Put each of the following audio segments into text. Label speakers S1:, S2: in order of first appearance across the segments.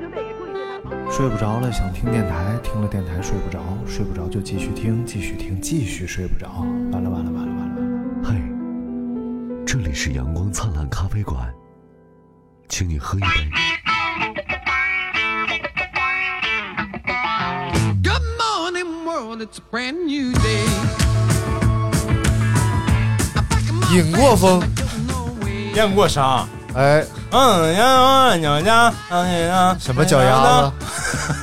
S1: 球队也注意这场。
S2: 睡不着了，想听电台，听了电台睡不着，睡不着就继续听，继续听，继续睡不着，完了完了完了完了完了。
S3: 嗨，这里是阳光灿烂咖啡馆，请你喝一杯。
S4: Good morning, world. It's a brand new day.
S5: 引过风，
S6: 验不过伤。
S5: 哎，
S6: 嗯，呀呀呀呀哎呀！
S5: 什么脚
S2: 哎
S5: 丫子？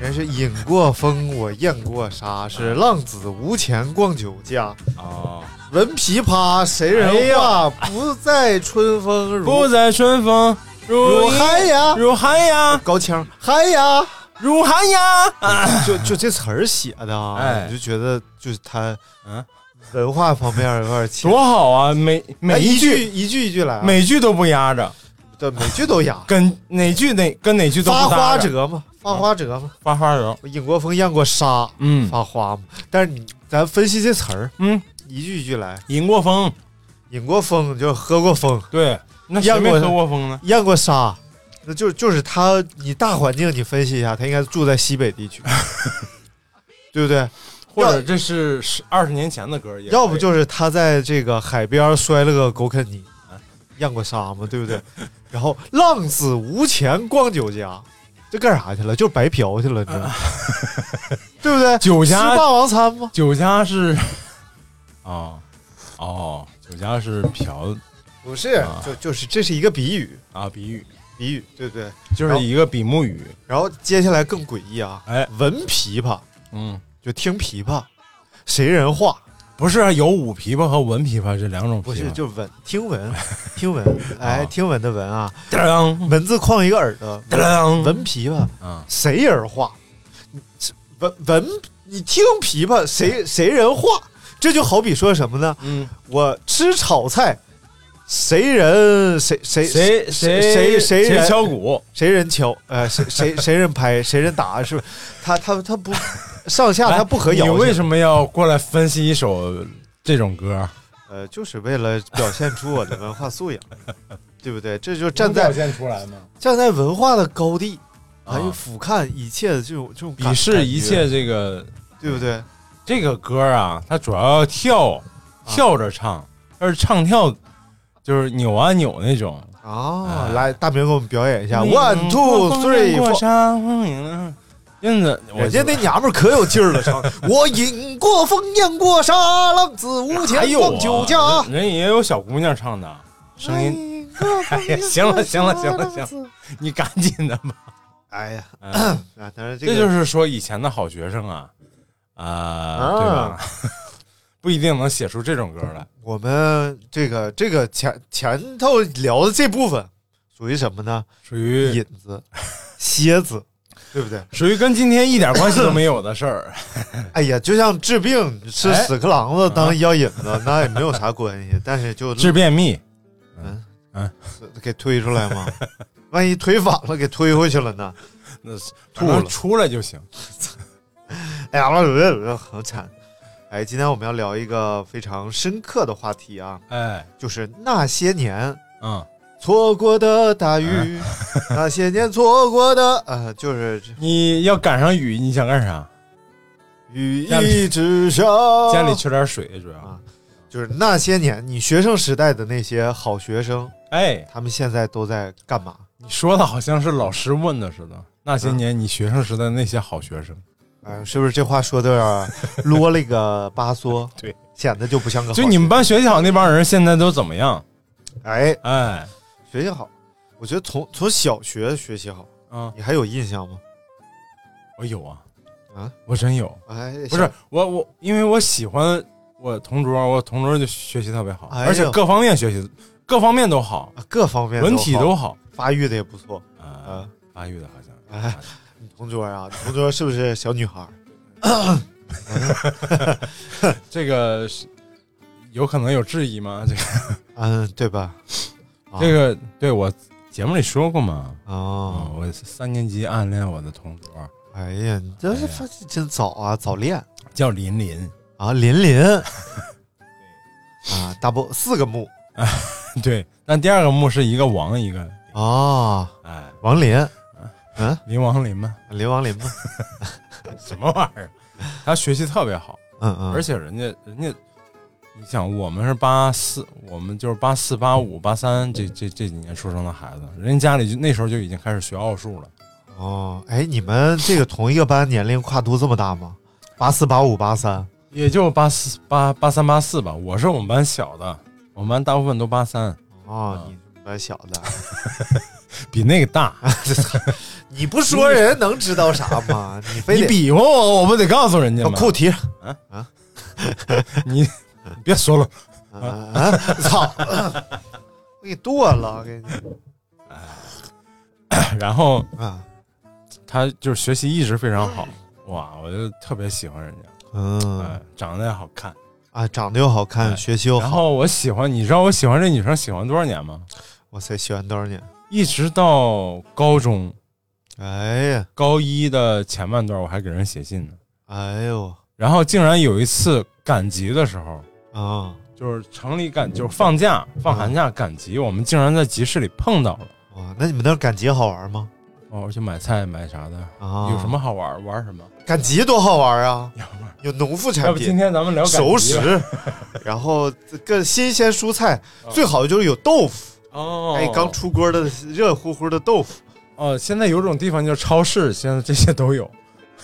S5: 人是饮过风，我雁过沙，是浪子无钱逛酒家。
S6: 哦，
S5: 闻琵琶谁人话？不在春风如
S6: 不在春风
S5: 如
S6: 如
S5: 寒鸦。
S6: 如寒鸦，
S5: 高腔，寒鸦，
S6: 如寒鸦。
S5: 就就这词儿写的啊，
S6: 哎
S5: 你就觉得就是他，
S6: 嗯，
S5: 文化方面有点欠。
S6: 多好啊！每
S5: 哎
S6: 每
S5: 一
S6: 一
S5: 句
S6: 句
S5: 一句一句来啊，
S6: 每句都不压着，
S5: 对每句都 押。
S6: 跟哪句哪跟哪句都不
S5: 发
S6: 搭着嗯
S5: 花，折嘛，发花折嘛，
S6: 发花折。
S5: 我引过风，雁过沙，
S6: 嗯
S5: 发花嘛。但是你咱分析这词儿，
S6: 嗯，
S5: 一句一句来，
S6: 迎过风，
S5: 引过风就是喝过风，
S6: 对，那谁
S5: 雁
S6: 没
S5: 过
S6: 喝过风呢？
S5: 雁过沙，那就就是他，你大环境你分析一下，他应该住在西北地 区，对不对？
S6: 或者这是十二十年前的歌也可以，
S5: 要不就是他在这个海边摔了个狗啃泥，雁过沙嘛，对不 对？然后浪子无钱逛酒家，这干啥去了？就是白嫖去了，你知道吗？ 对不对？
S6: 酒家
S5: 吃霸王餐吗？
S6: 酒 家是，哦哦，酒家是嫖
S5: 不是
S6: 啊，
S5: 就就是这是一个比喻，
S6: 啊，比喻
S5: 比喻，对不对？
S6: 就是一个比目鱼，
S5: 然后接下来更诡异啊，
S6: 哎，
S5: 闻琵琶
S6: 嗯，
S5: 就听琵琶，谁人话？
S6: 不是有舞琵琶和文琵琶这两种琵琶，
S5: 不是，就闻听 闻听闻，哎，
S6: 啊
S5: 听闻的闻啊，
S6: 当
S5: 文字框一个耳朵，
S6: 当
S5: 闻琵琶
S6: 啊，
S5: 谁人话？你闻闻你听琵琶谁谁人话？这就好比说什么呢？
S6: 嗯，
S5: 我吃炒菜，谁人谁谁
S6: 谁
S5: 谁
S6: 谁
S5: 谁人
S6: 敲鼓，
S5: 谁人敲？呃，谁谁谁人 拍，谁人打？是不是？他他他不上下他不合
S6: 哎你
S5: 摇。
S6: 为什么要过来分析一首这种歌？
S5: 呃，就是为了表现出我的文化素养，对不对？ 这就站在
S6: 现出来吗？
S5: 站在文化的高地，
S6: 啊
S5: 还有俯瞰一切的这种这种感
S6: 鄙视一，
S5: 感
S6: 切哎
S5: 觉
S6: 这个
S5: 对不对？
S6: 这个歌啊，它主要跳跳着唱，它是唱跳，就是扭啊扭那种。
S5: 啊，
S6: 哎
S5: 来，大明给我们表演一下，one two three
S6: 嗯
S5: four。哎
S6: four。燕子，我
S5: 人家那娘们儿可有劲儿了， 唱我饮过风，雁过沙，浪子无
S6: 还
S5: 钱
S6: 有啊
S5: 逛酒家。
S6: 人也有小姑娘唱的声音。
S5: 饮过风
S6: 哎呀行了行了行了行了，你赶紧的吧。
S5: 哎呀，
S6: 嗯
S5: 啊，但是这
S6: 这
S5: 个
S6: 就是说以前的好学生啊，啊，对吧？ 不一定能写出这种歌来。
S5: 我们这个这个前前头聊的这部分属于什么呢？
S6: 属于
S5: 引子、蝎子，对不对？
S6: 属于跟今天一点关系都没有的事儿。
S5: 哎呀，就像治病你吃
S6: 哎啊
S5: 屎壳郎子当药引子，那也没有啥关 系，但是就
S6: 治便秘，
S5: 给推出来 嘛。万一推反了，给推回去了呢？
S6: 那是
S5: 吐了
S6: 出来就行。
S5: 哎呀，我好惨！哎，今天我们要聊一个非常深刻的话题啊，
S6: 哎，
S5: 就是那些年
S6: 嗯，
S5: 错过的大雨，
S6: 啊
S5: 那些年错过的，呃，就是
S6: 你要赶上雨，你想干啥？
S5: 羽
S6: 家
S5: 翼
S6: 里
S5: 之上，
S6: 家里缺点水，主要
S5: 哦啊。就是那些年你学生时代的那些好学生，
S6: 哎，
S5: 他们现在都在干嘛？
S6: 你说的好像是老师问的似的。那些年你学生时代那些好学生，
S5: 哎，是不是这话说的有 点啰里个巴嗦？
S6: 对，
S5: 显得就不像个好学
S6: 就
S5: 生。
S6: 你们班学习好那帮人现在都怎么样？
S5: 哎，
S6: 哎，
S5: 学习好，我觉得从从小学学习好，
S6: 啊，
S5: 你还有印象吗？
S6: 我有啊，
S5: 啊，
S6: 我真有。
S5: 哎，
S6: 不是我我，因为我喜欢我同桌，我同桌就学习特别好，
S5: 哎呦
S6: 而且各方面学习各方面都好，
S5: 啊各方面
S6: 文体
S5: 好啊
S6: 都好。
S5: 发育的也不错。呃
S6: 啊，发育的好像
S5: 哎，你同桌啊，你同桌是不是小女孩？
S6: 这个是有可能有质疑吗？这个、
S7: 嗯，对吧？啊
S6: 这个对我节目里说过嘛，啊，
S7: 哦，
S6: 我三年级暗恋我的同桌
S7: 哎呀，你这是发现真早啊，早恋
S6: 叫林林，
S7: 啊，林林啊，
S5: 啊
S7: 大不四个木
S6: 对，那第二个木是一个王一个，
S5: 哦
S7: 啊，
S6: 哎，
S7: 王林，嗯，
S6: 林王林嘛，
S7: 林王林吧，
S6: 什么玩 意儿？他学习特别好，
S7: 嗯嗯，
S6: 而且人家人家，你想我们是八四，我们就是八四、八五、八三这这这几年出生的孩子，人家家里就那时候就已经开始学奥数了。
S5: 哦，哎，你们这个同一个班年龄跨度这么大吗？八四、八五、八三，
S6: 也就八四八八三八四吧。我是我们班小的，我们班大部分都八三，
S5: 哦，你蛮小 的，
S6: 比那个大。
S5: 啊你不说人能知道啥吗？你非得
S6: 你
S5: 哦
S6: 比划我，我不得告诉人家
S5: 把
S6: 吗？
S5: 扣题
S6: 你你别说了，
S5: 啊啊！操，我给剁了，我给你
S6: 然后
S5: 啊，
S6: 他就是学习一直非常好，哇，我就特别喜欢人家，
S5: 嗯
S6: 哎，长得也好看。
S5: 啊，长得又好
S6: 哎
S5: 看，学习又
S6: 然
S5: 好，
S6: 后我喜欢，你知道我喜欢这女生喜欢多少年吗？
S5: 哇塞，喜欢多少年？
S6: 一直到高中
S5: 哎呀，
S6: 高一的前半段，我还给人写信呢。
S5: 哎呦，
S6: 然后竟然有一次赶集的时候，
S5: 啊，
S6: 就是城里
S5: 嗯
S6: 赶，就是放假放寒假赶集，我们竟然在集市里碰到了。
S5: 哇，那你们那儿赶集好玩吗？
S6: 哦，去买菜买啥的，
S5: 啊，
S6: 有什么好玩玩什么？
S5: 赶集多好玩啊！有农副
S6: 要
S5: 产
S6: 不
S5: 品，
S6: 今天咱们聊赶集吧
S5: 熟 食，然后这个新鲜蔬菜，最好就是有豆腐，
S6: 哦，
S5: 哎，刚出锅的热乎乎的豆腐，
S6: 哦，现在有种地方叫超市，现在这些都有。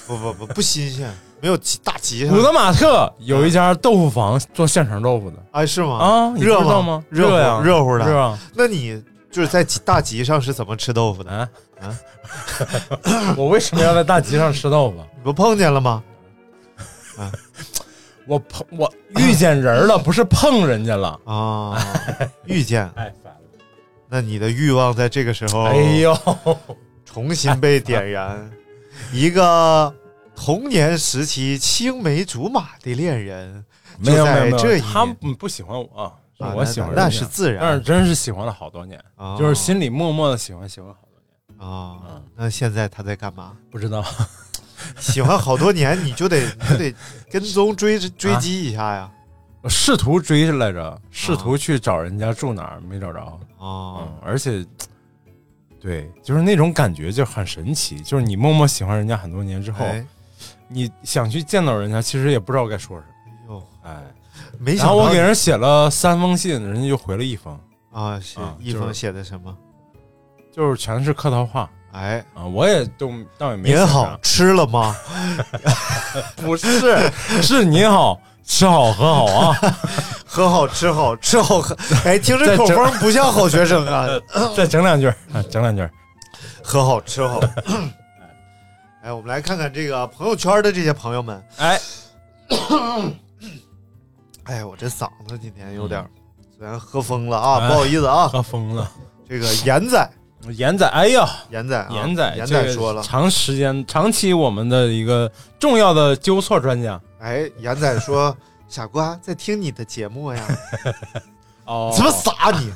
S5: 不不不不新鲜，没有集大集上
S6: 古，德马特有一家豆腐房做现成豆腐的
S5: 哎，是吗？
S6: 啊，你不知
S5: 热
S6: 道吗？
S5: 热乎
S6: 呀，啊
S5: 热乎的
S6: 是吧？
S5: 那你就是在集大集上是怎么吃豆腐的？
S6: 啊
S5: 哎
S6: 哎 我为什么要在大集上吃豆腐？
S5: 你不碰见了吗？
S6: 我碰我遇见人了，不是碰人家了。
S5: 啊，遇见，
S6: 哎，烦了。
S5: 那你的欲望在这个时候，
S6: 哎呦，
S5: 重新被点 燃，一个童年时期青梅竹马的恋人，
S6: 没有
S5: 就在
S6: 没有没
S5: 这
S6: 有，
S5: 一
S6: 他
S5: 年
S6: 们不喜欢我啊，是
S5: 啊
S6: 我喜欢人家
S5: 那那是自然
S6: 但是真是喜欢了好多年，
S5: 哦
S6: 就是心里默默的喜欢，喜欢好多年，
S5: 啊，那现在他在干嘛？
S6: 不知道
S5: 喜欢好多年，你就得你就得跟踪追 追击一下呀。
S6: 我试图追来着，试图去找人家住哪儿，没找着，
S5: 啊哦
S6: 嗯，，而且。对，就是那种感觉就很神奇，就是你默默喜欢人家很多年之后，
S5: 哎，
S6: 你想去见到人家，其实也不知道该说什么。
S5: 哎呦，
S6: 哎，
S5: 没
S6: 然
S5: 想到
S6: 后我给人写了三封信，人家就回了一封，
S5: 啊，是
S6: 啊
S5: 一
S6: 就
S5: 峰
S6: 是
S5: 写的什么？
S6: 就是全是客套话
S5: 哎，
S6: 啊。我也都倒也没
S5: 您
S6: 写
S5: 好
S6: 啥，
S5: 吃了吗？
S6: 不是， 是你好，吃好喝 好啊，
S5: 喝好吃好吃好喝，哎，听
S6: 在
S5: 这口
S6: 这
S5: 风不像好学生啊。
S6: 再整两句儿，啊整两句儿。
S5: 喝好吃 好。哎，我们来看看这个朋友圈的这些朋友们。
S6: 哎，
S5: 哎，我这嗓子今天有点儿，
S6: 嗯
S5: 虽然喝疯了
S6: 哎
S5: 啊，不好意思啊。
S6: 喝疯了，
S5: 这个严仔，
S6: 严仔，哎呀，
S5: 严仔、啊，
S6: 严仔，
S5: 严
S6: 这
S5: 仔
S6: 个
S5: 说了，
S6: 长时间、长期我们的一个重要的纠错专家
S5: 哎，严仔说， 傻瓜在听你的节目呀，
S6: 哦
S5: 怎么傻你？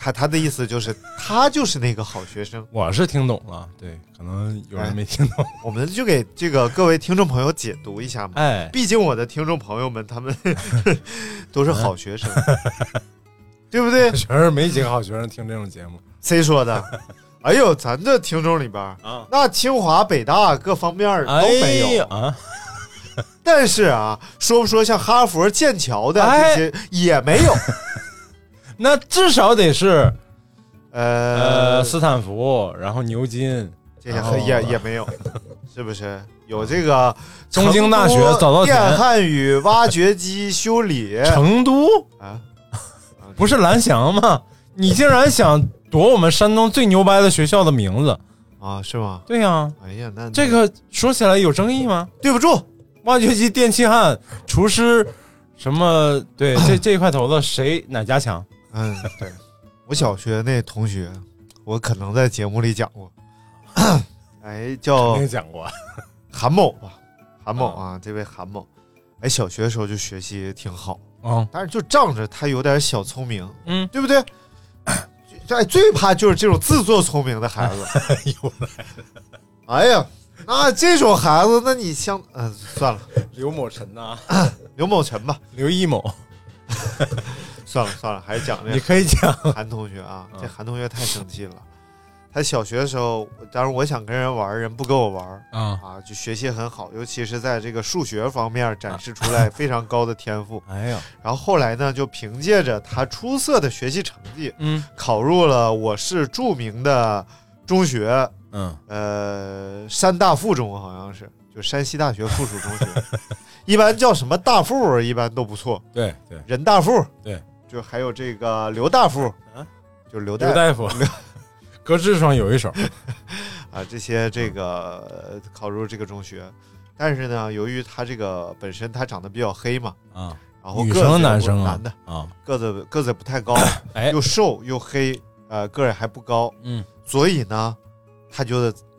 S5: 他他的意思就是，他就是那个好学生。
S6: 我是听懂了，对，可能有人没听懂。
S5: 我们就给这个各位听众朋友解读一下嘛。
S6: 哎，
S5: 毕竟我的听众朋友们，他们 都是好学 生，对不对？
S6: 全是没几个好学生听这种节目
S5: 谁说的？哎呦，咱这听众里边儿，
S6: 啊。
S5: 那清华、北大各方面儿都
S6: 哎
S5: 没有。
S6: 呀啊！
S5: 但是啊，说不说像哈佛、剑桥的
S6: 哎
S5: 这些也没 有。
S6: 那至少得是
S5: 呃
S6: 呃，斯坦福，然后牛津，
S5: 这些
S6: 然后
S5: 也也没有， 是不是？有这个
S6: 东京大学
S5: 成都
S6: 早稻田
S5: 电焊与挖掘机修理
S6: 成都
S5: 啊，
S6: 不是蓝翔吗？你竟然想夺我们山东最牛掰的学校的名字？
S5: 啊，是吗？
S6: 对呀、
S5: 哎呀，那
S6: 这个说起来有争议吗？
S5: 对不住，
S6: 挖掘机、电气焊、厨师，什么？ 对，这这一块头子谁哪家强？
S5: 嗯，对，我小学那同学，我可能 在节目里讲过，哎，叫
S6: 讲过。
S5: 韩某吧，韩某啊，这位韩某，哎，小学的时候就学习挺好，
S6: 啊，
S5: 但是就仗着他有点小聪明，
S6: 嗯，
S5: 对不 对？就哎，最怕就是这种自作聪明的孩子。
S6: 有
S5: 哎呀，那这种孩子，那你像嗯、算了，
S6: 刘某辰呐、
S5: 刘某辰吧，
S6: 刘一某，
S5: 算了算了，还是讲这
S6: 你可以讲
S5: 韩同学啊，
S6: 嗯
S5: 这韩同学太生气了。他小学的时候，当时我想跟人玩，人不跟我玩
S6: 啊。
S5: 啊，就学习很好，尤其是在这个数学方面展示出来非常高的天 赋。
S6: 哎呀，
S5: 然后后来呢，就凭借着他出色的学习成绩，
S6: 嗯
S5: 考入了我市著名的中学，
S6: 嗯
S5: 呃，山大附中好像是，就山西大学附属 中学，一般叫什么大附，一般都不错，
S6: 对对，
S5: 人大附，
S6: 对，
S5: 就还有这个刘大附，
S6: 啊
S5: 就刘
S6: 刘
S5: 大
S6: 大 夫，搁置上有一手，
S5: 啊，这些这个呃考入这个中学，但是呢，由于他这个本身他长得比较黑嘛，
S6: 啊，
S5: 然后
S6: 女
S5: 个子
S6: 生
S5: 也
S6: 男
S5: 不
S6: 生啊
S5: 男的
S6: 啊，
S5: 个子个子不太高，
S6: 哎
S5: 又瘦又黑，呃，个儿还不高，
S6: 嗯，
S5: 所以呢，他就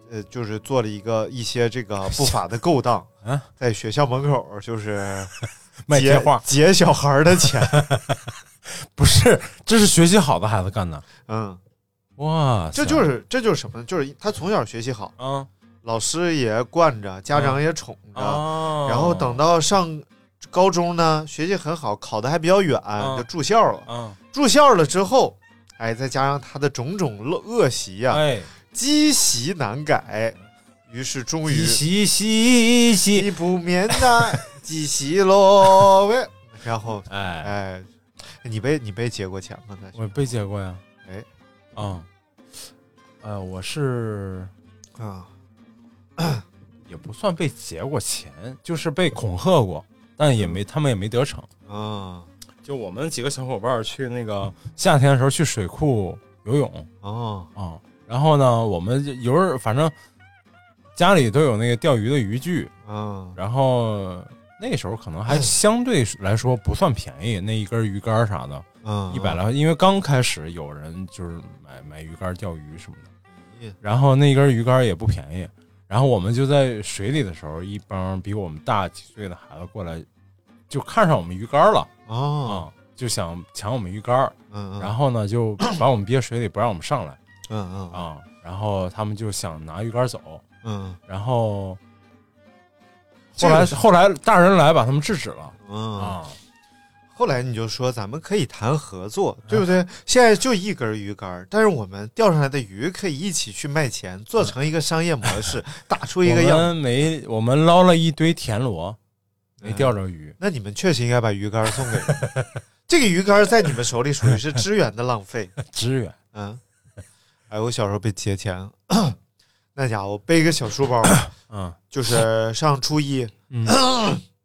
S5: 呃就是做了一个一些这个不法的勾当
S6: 啊，
S5: 在学校门口儿就是
S6: 卖
S5: 劫
S6: 贴画
S5: 劫小孩儿的钱，
S6: 不是，这是学习好的孩子干的，
S5: 嗯，
S6: 哇塞，
S5: 这就是这就是什么呢？就是他从小学习好，
S6: 啊
S5: 老师也惯着，家
S6: 嗯
S5: 长也宠着，
S6: 啊，
S5: 然后等到上。高中呢，学习很好，考的还比较远，
S6: 啊
S5: 就住校了。
S6: 啊，
S5: 住校了之后，哎，再加上他的种种恶恶习呀、
S6: 哎，
S5: 积习难改，于是终于
S6: 洗洗洗，
S5: 你不免呐， 积习落喂，然后
S6: 哎，
S5: 哎，你被你被劫过钱吗？在学
S6: 我被接过呀，
S5: 哎，
S6: 啊，呃，我是
S5: 啊，
S6: 也不算被劫过钱，就是被恐吓过，但也没他们也没得逞。
S5: 啊
S6: 就我们几个小伙伴儿去那个夏天的时候去水库游泳
S5: 哦
S6: 啊、然后呢，我们就有时候反正家里都有那个钓鱼的渔具，
S5: 啊
S6: 然后那时候可能还相对来说不算便宜，那一根鱼竿啥的，
S5: 啊，
S6: 一百来块，因为刚开始有人就是买买鱼竿钓鱼什么
S5: 咦
S6: 的，然后那根鱼竿也不便宜。然后我们就在水里的时候，一帮比我们大几岁的孩子过来，就看上我们鱼竿了
S5: 哦，
S6: 啊、就想抢我们鱼竿儿，
S5: 嗯嗯，
S6: 然后呢就把我们憋水里，不让我们上来
S5: 嗯嗯嗯
S6: 啊、然后他们就想拿鱼竿走，
S5: 嗯
S6: 然后
S5: 这
S6: 后
S5: 个
S6: 来
S5: 是
S6: 后来大人来把他们制止了
S5: 嗯，
S6: 啊、
S5: 后来你就说咱们可以谈合作，
S6: 嗯
S5: 对不对？现在就一根鱼竿，但是我们钓上来的鱼可以一起去卖钱，做成一个商业模 式，打出一个
S6: 我
S5: 样。
S6: 们没我们捞了一堆田螺，没钓着鱼。
S5: 那你们确实应该把鱼竿送给我。 这个鱼竿在你们手里属于是资源的浪 费。
S6: 支援。
S5: 嗯，哎，我小时候被劫钱， 那家伙背一个小书包，
S6: 嗯
S5: 就是上初一，
S6: 嗯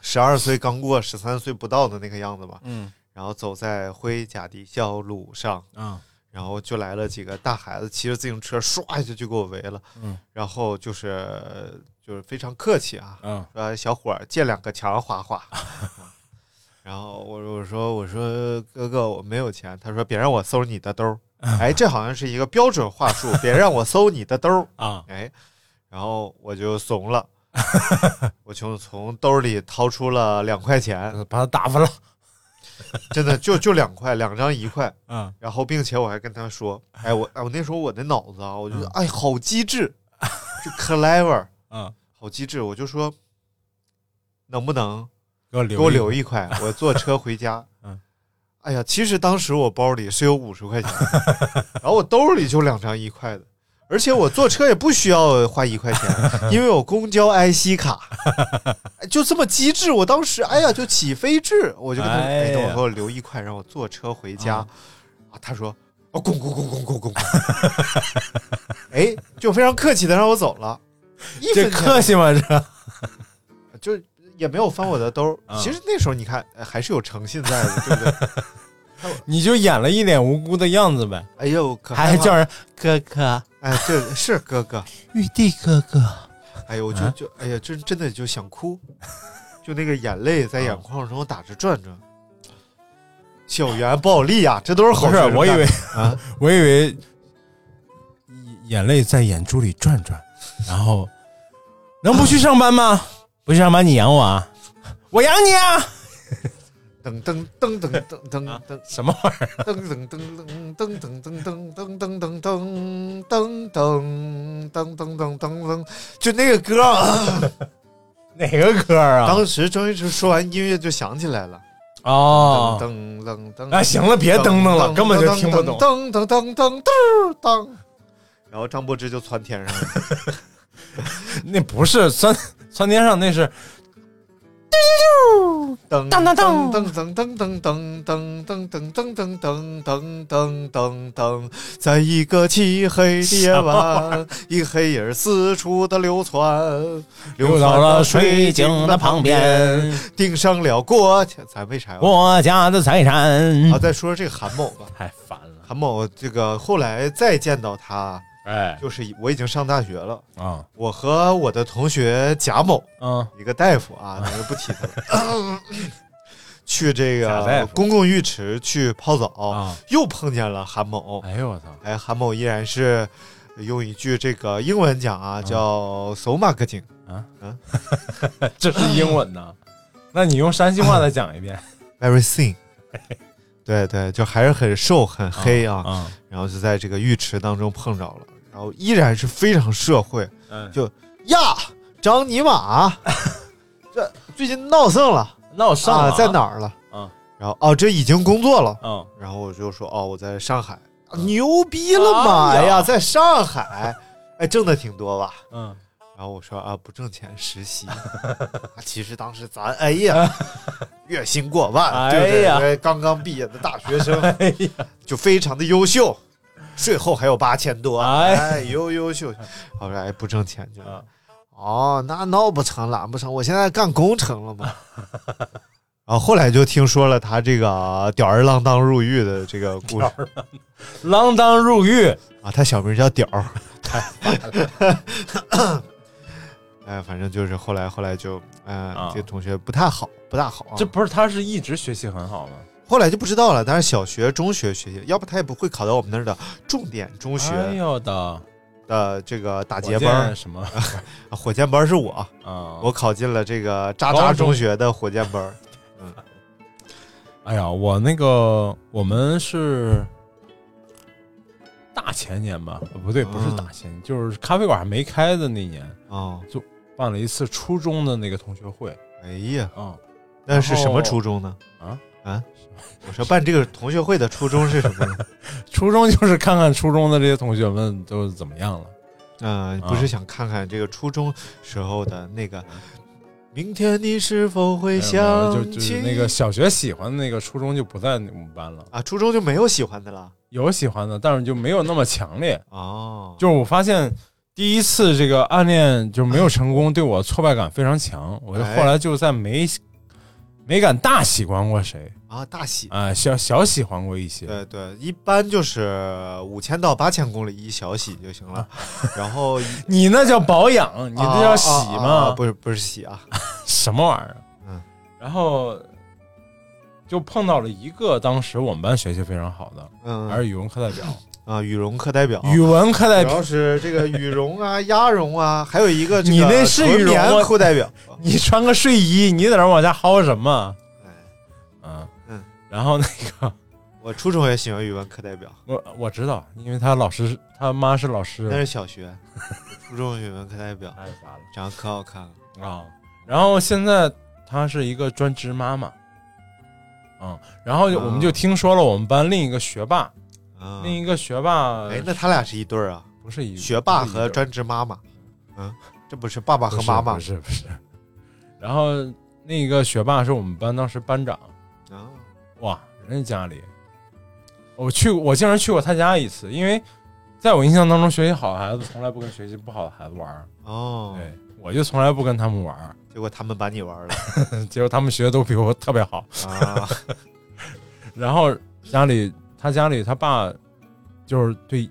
S5: 十二岁刚过，十三岁不到的那个样子吧。
S6: 嗯
S5: 然后走在回家的小路上，
S6: 啊
S5: 然后就来了几个大孩子，骑着自行车唰一下就给我围了。
S6: 嗯，
S5: 然后就是就是非常客气啊，
S6: 啊
S5: 说小伙儿借两个钱花花。然后我我说我说哥哥我没有钱，他说别让我搜你的兜儿。哎，这好像是一个标准话术，别让我搜你的兜儿。
S6: 啊！
S5: 哎，然后我就怂了，我就从兜里掏出了两块 钱，
S6: 把他打发了。
S5: 真的就就两块，两张一块。
S6: 嗯
S5: 然后，并且我还跟他说，哎，我哎我那时候我的脑子啊，我就哎好机智，就 clever，
S6: 嗯，
S5: 好机智，我就说能不能
S6: 给我留
S5: 给我留
S6: 一
S5: 一块，我坐车回家。
S6: 嗯，
S5: 哎呀，其实当时我包里是有五十块钱的，然后我兜里就两张一块的，而且我坐车也不需要花一块钱，因为我公交 IC 卡，哎就这么机智。我当时哎呀就起飞智，我就跟他说，
S6: 哎
S5: 哎，
S6: 呀嗯
S5: 等我给我留一块，让我坐车回家。啊，他说。哦，滚滚滚滚滚 滚滚！哎，就非常客气的让我走了，一
S6: 这
S5: 分钱
S6: 客气吗？这
S5: 就也没有翻我的兜。
S6: 嗯
S5: 其实那时候你看，呃还是有诚信在的，对不对？
S6: 你就演了一脸无辜的样子呗，
S5: 哎呦，可害
S6: 还
S5: 怕
S6: 叫人哥哥、
S5: 哎，对，是哥哥。
S6: 玉帝哥哥。
S5: 哎呦，我就
S6: 啊
S5: 就哎呀，真真的就想哭，就那个眼泪在
S6: 嗯
S5: 眼眶中打着转转。校园暴力啊，这都是好
S6: 不
S5: 事
S6: 是，我以为
S5: 啊，
S6: 我以为 眼泪在眼珠里转转，然后能不去上班吗？不去上班你养我啊？我养你啊？
S5: 噔噔噔噔噔噔噔。
S6: 什么玩意儿？
S5: 噔噔噔噔噔噔噔噔噔噔噔噔噔噔噔噔噔，就那个歌，
S6: 哪个歌啊？
S5: 当时周星驰说完音乐就想起来了。
S6: 哦，
S5: 噔噔噔，
S6: 啊，行了，别噔噔了，根本就听不懂。
S5: 噔噔噔噔噔，然后张柏芝就窜天上了。
S6: 那不是窜窜天上，那是
S5: 噔噔噔噔噔噔噔噔噔噔噔噔噔噔噔噔噔，在一个漆黑的夜晚，一黑影四处的流窜，
S6: 流到了水井的旁边，
S5: 盯上了郭，咱为啥要？
S6: 我家的财产
S5: 啊，。再说说这个韩某吧，
S6: 太烦了，
S5: 韩某这个后来再见到他，
S6: 哎
S5: 就是我已经上大学了，
S6: 啊，
S5: 我和我的同学贾某，
S6: 嗯，
S5: 一个大夫 啊，咱就不提他 了。去这
S6: 贾大
S5: 个
S6: 夫
S5: 公共浴池去泡澡，
S6: 啊
S5: 又碰见了韩某。
S6: 哎呦我操，
S5: 哎，韩某依然是用一句这个英文讲啊，叫 “so marketing”。
S6: 这是英文呐？ 那你用山西话再讲一遍。
S5: very thin，对对，就还是很瘦很黑啊，
S6: 啊，
S5: 然后就在这个浴池当中碰着了，然后依然是非常社会，
S6: 嗯，
S5: 就呀，张尼玛，啊 这最近闹腾了
S6: 那我上
S5: 啊，
S6: 了
S5: 在哪？儿了？
S6: 嗯
S5: 然后哦，这已经工作了，
S6: 嗯，
S5: 然后我就说哦，我在上海，啊牛逼了妈
S6: 哎
S5: 呀，
S6: 呀
S5: 在上海，哎，挣的挺多吧？
S6: 嗯，
S5: 然后我说啊，不挣钱实习。 啊其实当时咱哎呀，月薪过万，对不
S6: 哎
S5: 对？
S6: 呀哎
S5: 因为刚刚毕业的大学 生，就非常的优秀，税后还有八千多，
S6: 哎
S5: 哎，优优 秀。我说哎，不挣钱就
S6: 啊。
S5: 哦，那闹不成，懒不成，我现在干工程了 嘛。然后后来就听说了他这个吊儿郎当入狱的这个故事
S6: 锒铛入狱，
S5: 啊，他小名叫屌 儿。哎，反正就是后来后来就，嗯、
S6: 啊
S5: 这同学不太好，不大好、啊。
S6: 这不是他是一直学习很好吗？
S5: 后来就不知道了。但是小学、中学学习，要不他也不会考到我们那儿的重点中
S6: 哎
S5: 学
S6: 呦我的，
S5: 的这个打
S6: 火
S5: 结班
S6: 箭。什么
S5: 啊火箭班是我，
S6: 啊？
S5: 我考进了这个渣
S6: 高
S5: 渣
S6: 中
S5: 中学的火箭班。
S6: 哎呀，我那个我们是大前年吧，呃不对，不是大前年，就是咖啡馆还没开的那年，
S5: 哦，
S6: 办了一次初中的那个同学会
S5: 哎呀，
S6: 啊。
S5: 那是什
S6: 然后
S5: 么初衷呢？
S6: 啊
S5: 啊！我说办这个同学会的初衷是什么呢？
S6: 初中就是看看初中的这些同学们都怎么样了。
S5: 嗯、
S6: 啊
S5: 不是想看看这个初中时候的那个，明天你是否会想
S6: 就
S5: 起
S6: 就是那个小学喜欢的那个，初中就不在我们班了。
S5: 啊？初中就没有喜欢的了
S6: 有喜欢的，但是就没有那么强烈。
S5: 哦，
S6: 就是我发现第一次这个暗恋就没有成功，对我挫败感非常强。我就
S5: 哎
S6: 后来就再没没敢大喜欢过谁，
S5: 啊大喜。
S6: 啊、小小喜欢过一些。
S5: 对对，一般就是五千到八千公里一小喜就行了，然后你
S6: 你那叫保啊 养，你那叫喜
S5: 啊啊啊
S6: 吗？
S5: 不是不是喜啊，
S6: 什么玩意儿？
S5: 嗯，
S6: 然后就碰到了一个当时我们班学习非常好的，还
S5: 嗯
S6: 是语文课代表，
S5: 啊，羽绒课代表，
S6: 语文课代
S5: 主
S6: 表
S5: 要，是这个羽绒啊、鸭绒啊，还有一个这个
S6: 你那是羽绒啊
S5: 纯棉裤代表，
S6: 你穿个睡衣，你在那儿往下薅什么？
S5: 哎
S6: 嗯
S5: 嗯，
S6: 然后那个。
S5: 我初中也喜欢语文课代表，
S6: 我我知道，因为他老师是他妈是老师，
S5: 那是小学， 初中语文课代表
S6: 太烦了
S5: 长得可好看了。
S6: 啊、然后现在她是一个专职妈妈，嗯，然后就
S5: 啊
S6: 我们就听说了我们班另一个学霸，
S5: 啊，
S6: 另一个学霸
S5: 哎，那他俩是一对儿啊，
S6: 不是一
S5: 学霸
S6: 不是一对
S5: 和
S6: 儿
S5: 专职妈妈。嗯，这不是爸爸和妈妈
S6: 不是不是不是然后那个学霸是我们班当时班长，
S5: 啊？
S6: 哇，人家家里，我去我竟然去过他家一次，因为在我印象当中，学习好的孩子从来不跟学习不好的孩子玩儿，
S5: 哦，
S6: 对，我就从来不跟他们玩儿。
S5: 结果他们把你玩 了
S6: 结果他们学的都比我特别好。
S5: 啊！
S6: 然后家里他家里他爸就是对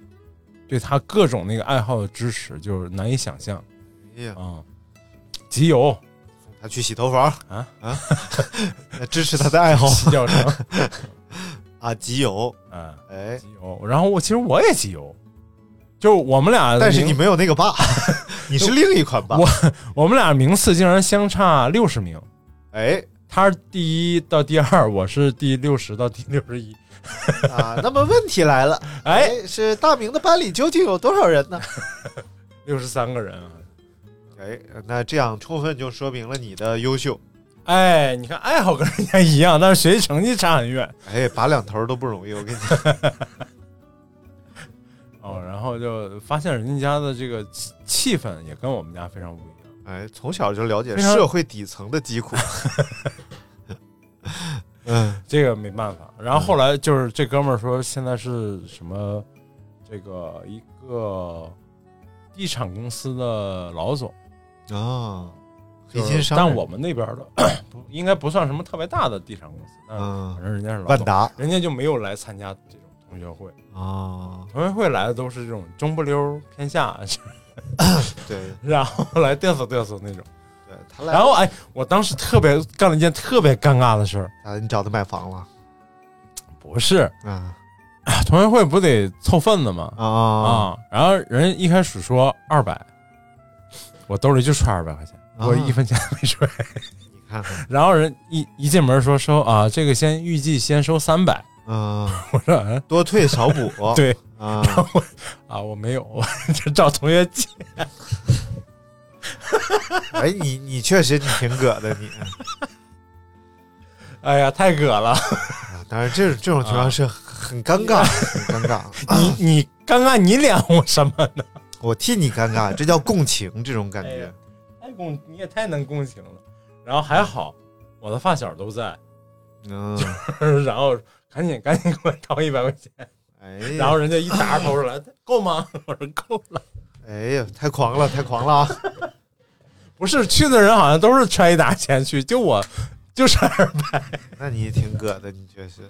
S6: 对他各种那个爱好的支持，就是难以想象
S5: 哎呀，
S6: 啊、集邮、
S5: 他去洗头房
S6: 啊
S5: 啊！ 支持 他的爱好
S6: 洗脚城，
S5: 啊，集邮。
S6: 嗯，
S5: 哎，
S6: 集邮。然后我其实我也集邮，就是我们俩的名，
S5: 但是你没有那个爸，你是另一款吧？
S6: 我我们俩名次竟然相差六十名，
S5: 哎
S6: 他是第一到第二，我是第六十到第六十一。
S5: 啊，那么问题来了，
S6: 哎，
S5: 哎，是大明的班里究竟有多少人呢？
S6: 六十三个人啊！
S5: 哎，那这样充分就说明了你的优秀。
S6: 哎，你看爱好跟人家一样，但是学习成绩差很远。
S5: 哎，拔两头都不容易，我跟你讲。
S6: 哦，然后就发现人家的这个气气氛也跟我们家非常不一样。
S5: 哎，从小就了解
S6: 非常
S5: 社会底层的疾苦。 嗯，
S6: 这个没办法。然后后来就是这哥们儿说，现在是什么？这个一个地产公司的老总，
S5: 哦，
S6: 就
S5: 黑
S6: 是
S5: 心商人，
S6: 但我们那边的不应该不算什么特别大的地产公司，但是
S5: 嗯
S6: 反，正人家是老
S5: 万
S6: 总，
S5: 达
S6: 人家就没有来参加这种同学会。
S5: 哦，
S6: 同学会来的都是这种中不溜儿偏下，
S5: 对
S6: 然后来嘚瑟嘚瑟那种。
S5: 对，他来
S6: 然后哎，我当时特别干了一件特别尴尬的事儿，
S5: 啊，你找他买房了
S6: 不是
S5: 啊
S6: 同学会不得凑份子吗？
S5: 啊
S6: 啊，然后人一开始说二百，我兜里就揣二百块钱，我
S5: 啊
S6: 一分钱没揣。
S5: 你看看，
S6: 然后人一一进门说收啊，这个先预计先收三百，
S5: 嗯，
S6: 我说嗯，
S5: 多退少补
S6: 对
S5: 啊，
S6: 啊，我没有， 我就找同学借。
S5: 哎，你你确实你挺葛的你，
S6: 哎呀，太葛了，
S5: 啊当然这种这种情
S6: 啊
S5: 况是很尴尬，很尴尬，
S6: 你你尴尬，你脸红什么呢？
S5: 我替你尴尬，这叫共情这种感
S6: 哎呀
S5: 觉，
S6: 太共，你也太能共情了。然后还好，我的发小都在，
S5: 嗯，
S6: 然后赶紧赶紧给我掏一百块钱，
S5: 哎，
S6: 然后。人家一沓掏出来，够吗？ 我说够了。
S5: 哎呀，太狂了，太狂了啊！
S6: 不是去的人好像都是揣一沓钱去，就我就是二百。
S5: 那你也挺葛的，你确实。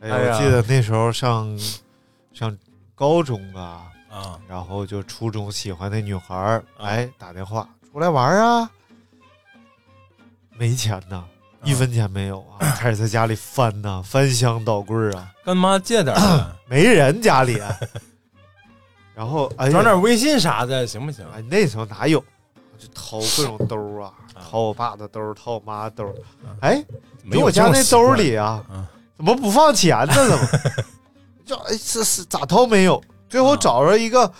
S5: 哎呀，
S6: 哎呀
S5: 我记得那时候上上高中吧，
S6: 啊
S5: 然后就初中喜欢的女孩儿，
S6: 啊
S5: 哎，打电话出来玩儿啊，没钱呐，一分钱没有啊，开始在家里翻呐，翻箱倒柜儿啊，
S6: 跟妈借点儿
S5: 没人家里啊，然后哎呀
S6: 呗，转点微信啥的，行不行？
S5: 哎，那时候哪有？就掏各种兜儿啊，
S6: 啊
S5: 掏我爸的兜儿，掏我妈的兜儿。哎，
S6: 没
S5: 就
S6: 有
S5: 我家
S6: 这种
S5: 那
S6: 习
S5: 兜
S6: 惯
S5: 儿里啊
S6: 嗯，
S5: 怎么不放钱呢？怎 么？就哎，是是咋掏没有？最后
S6: 啊
S5: 找着一个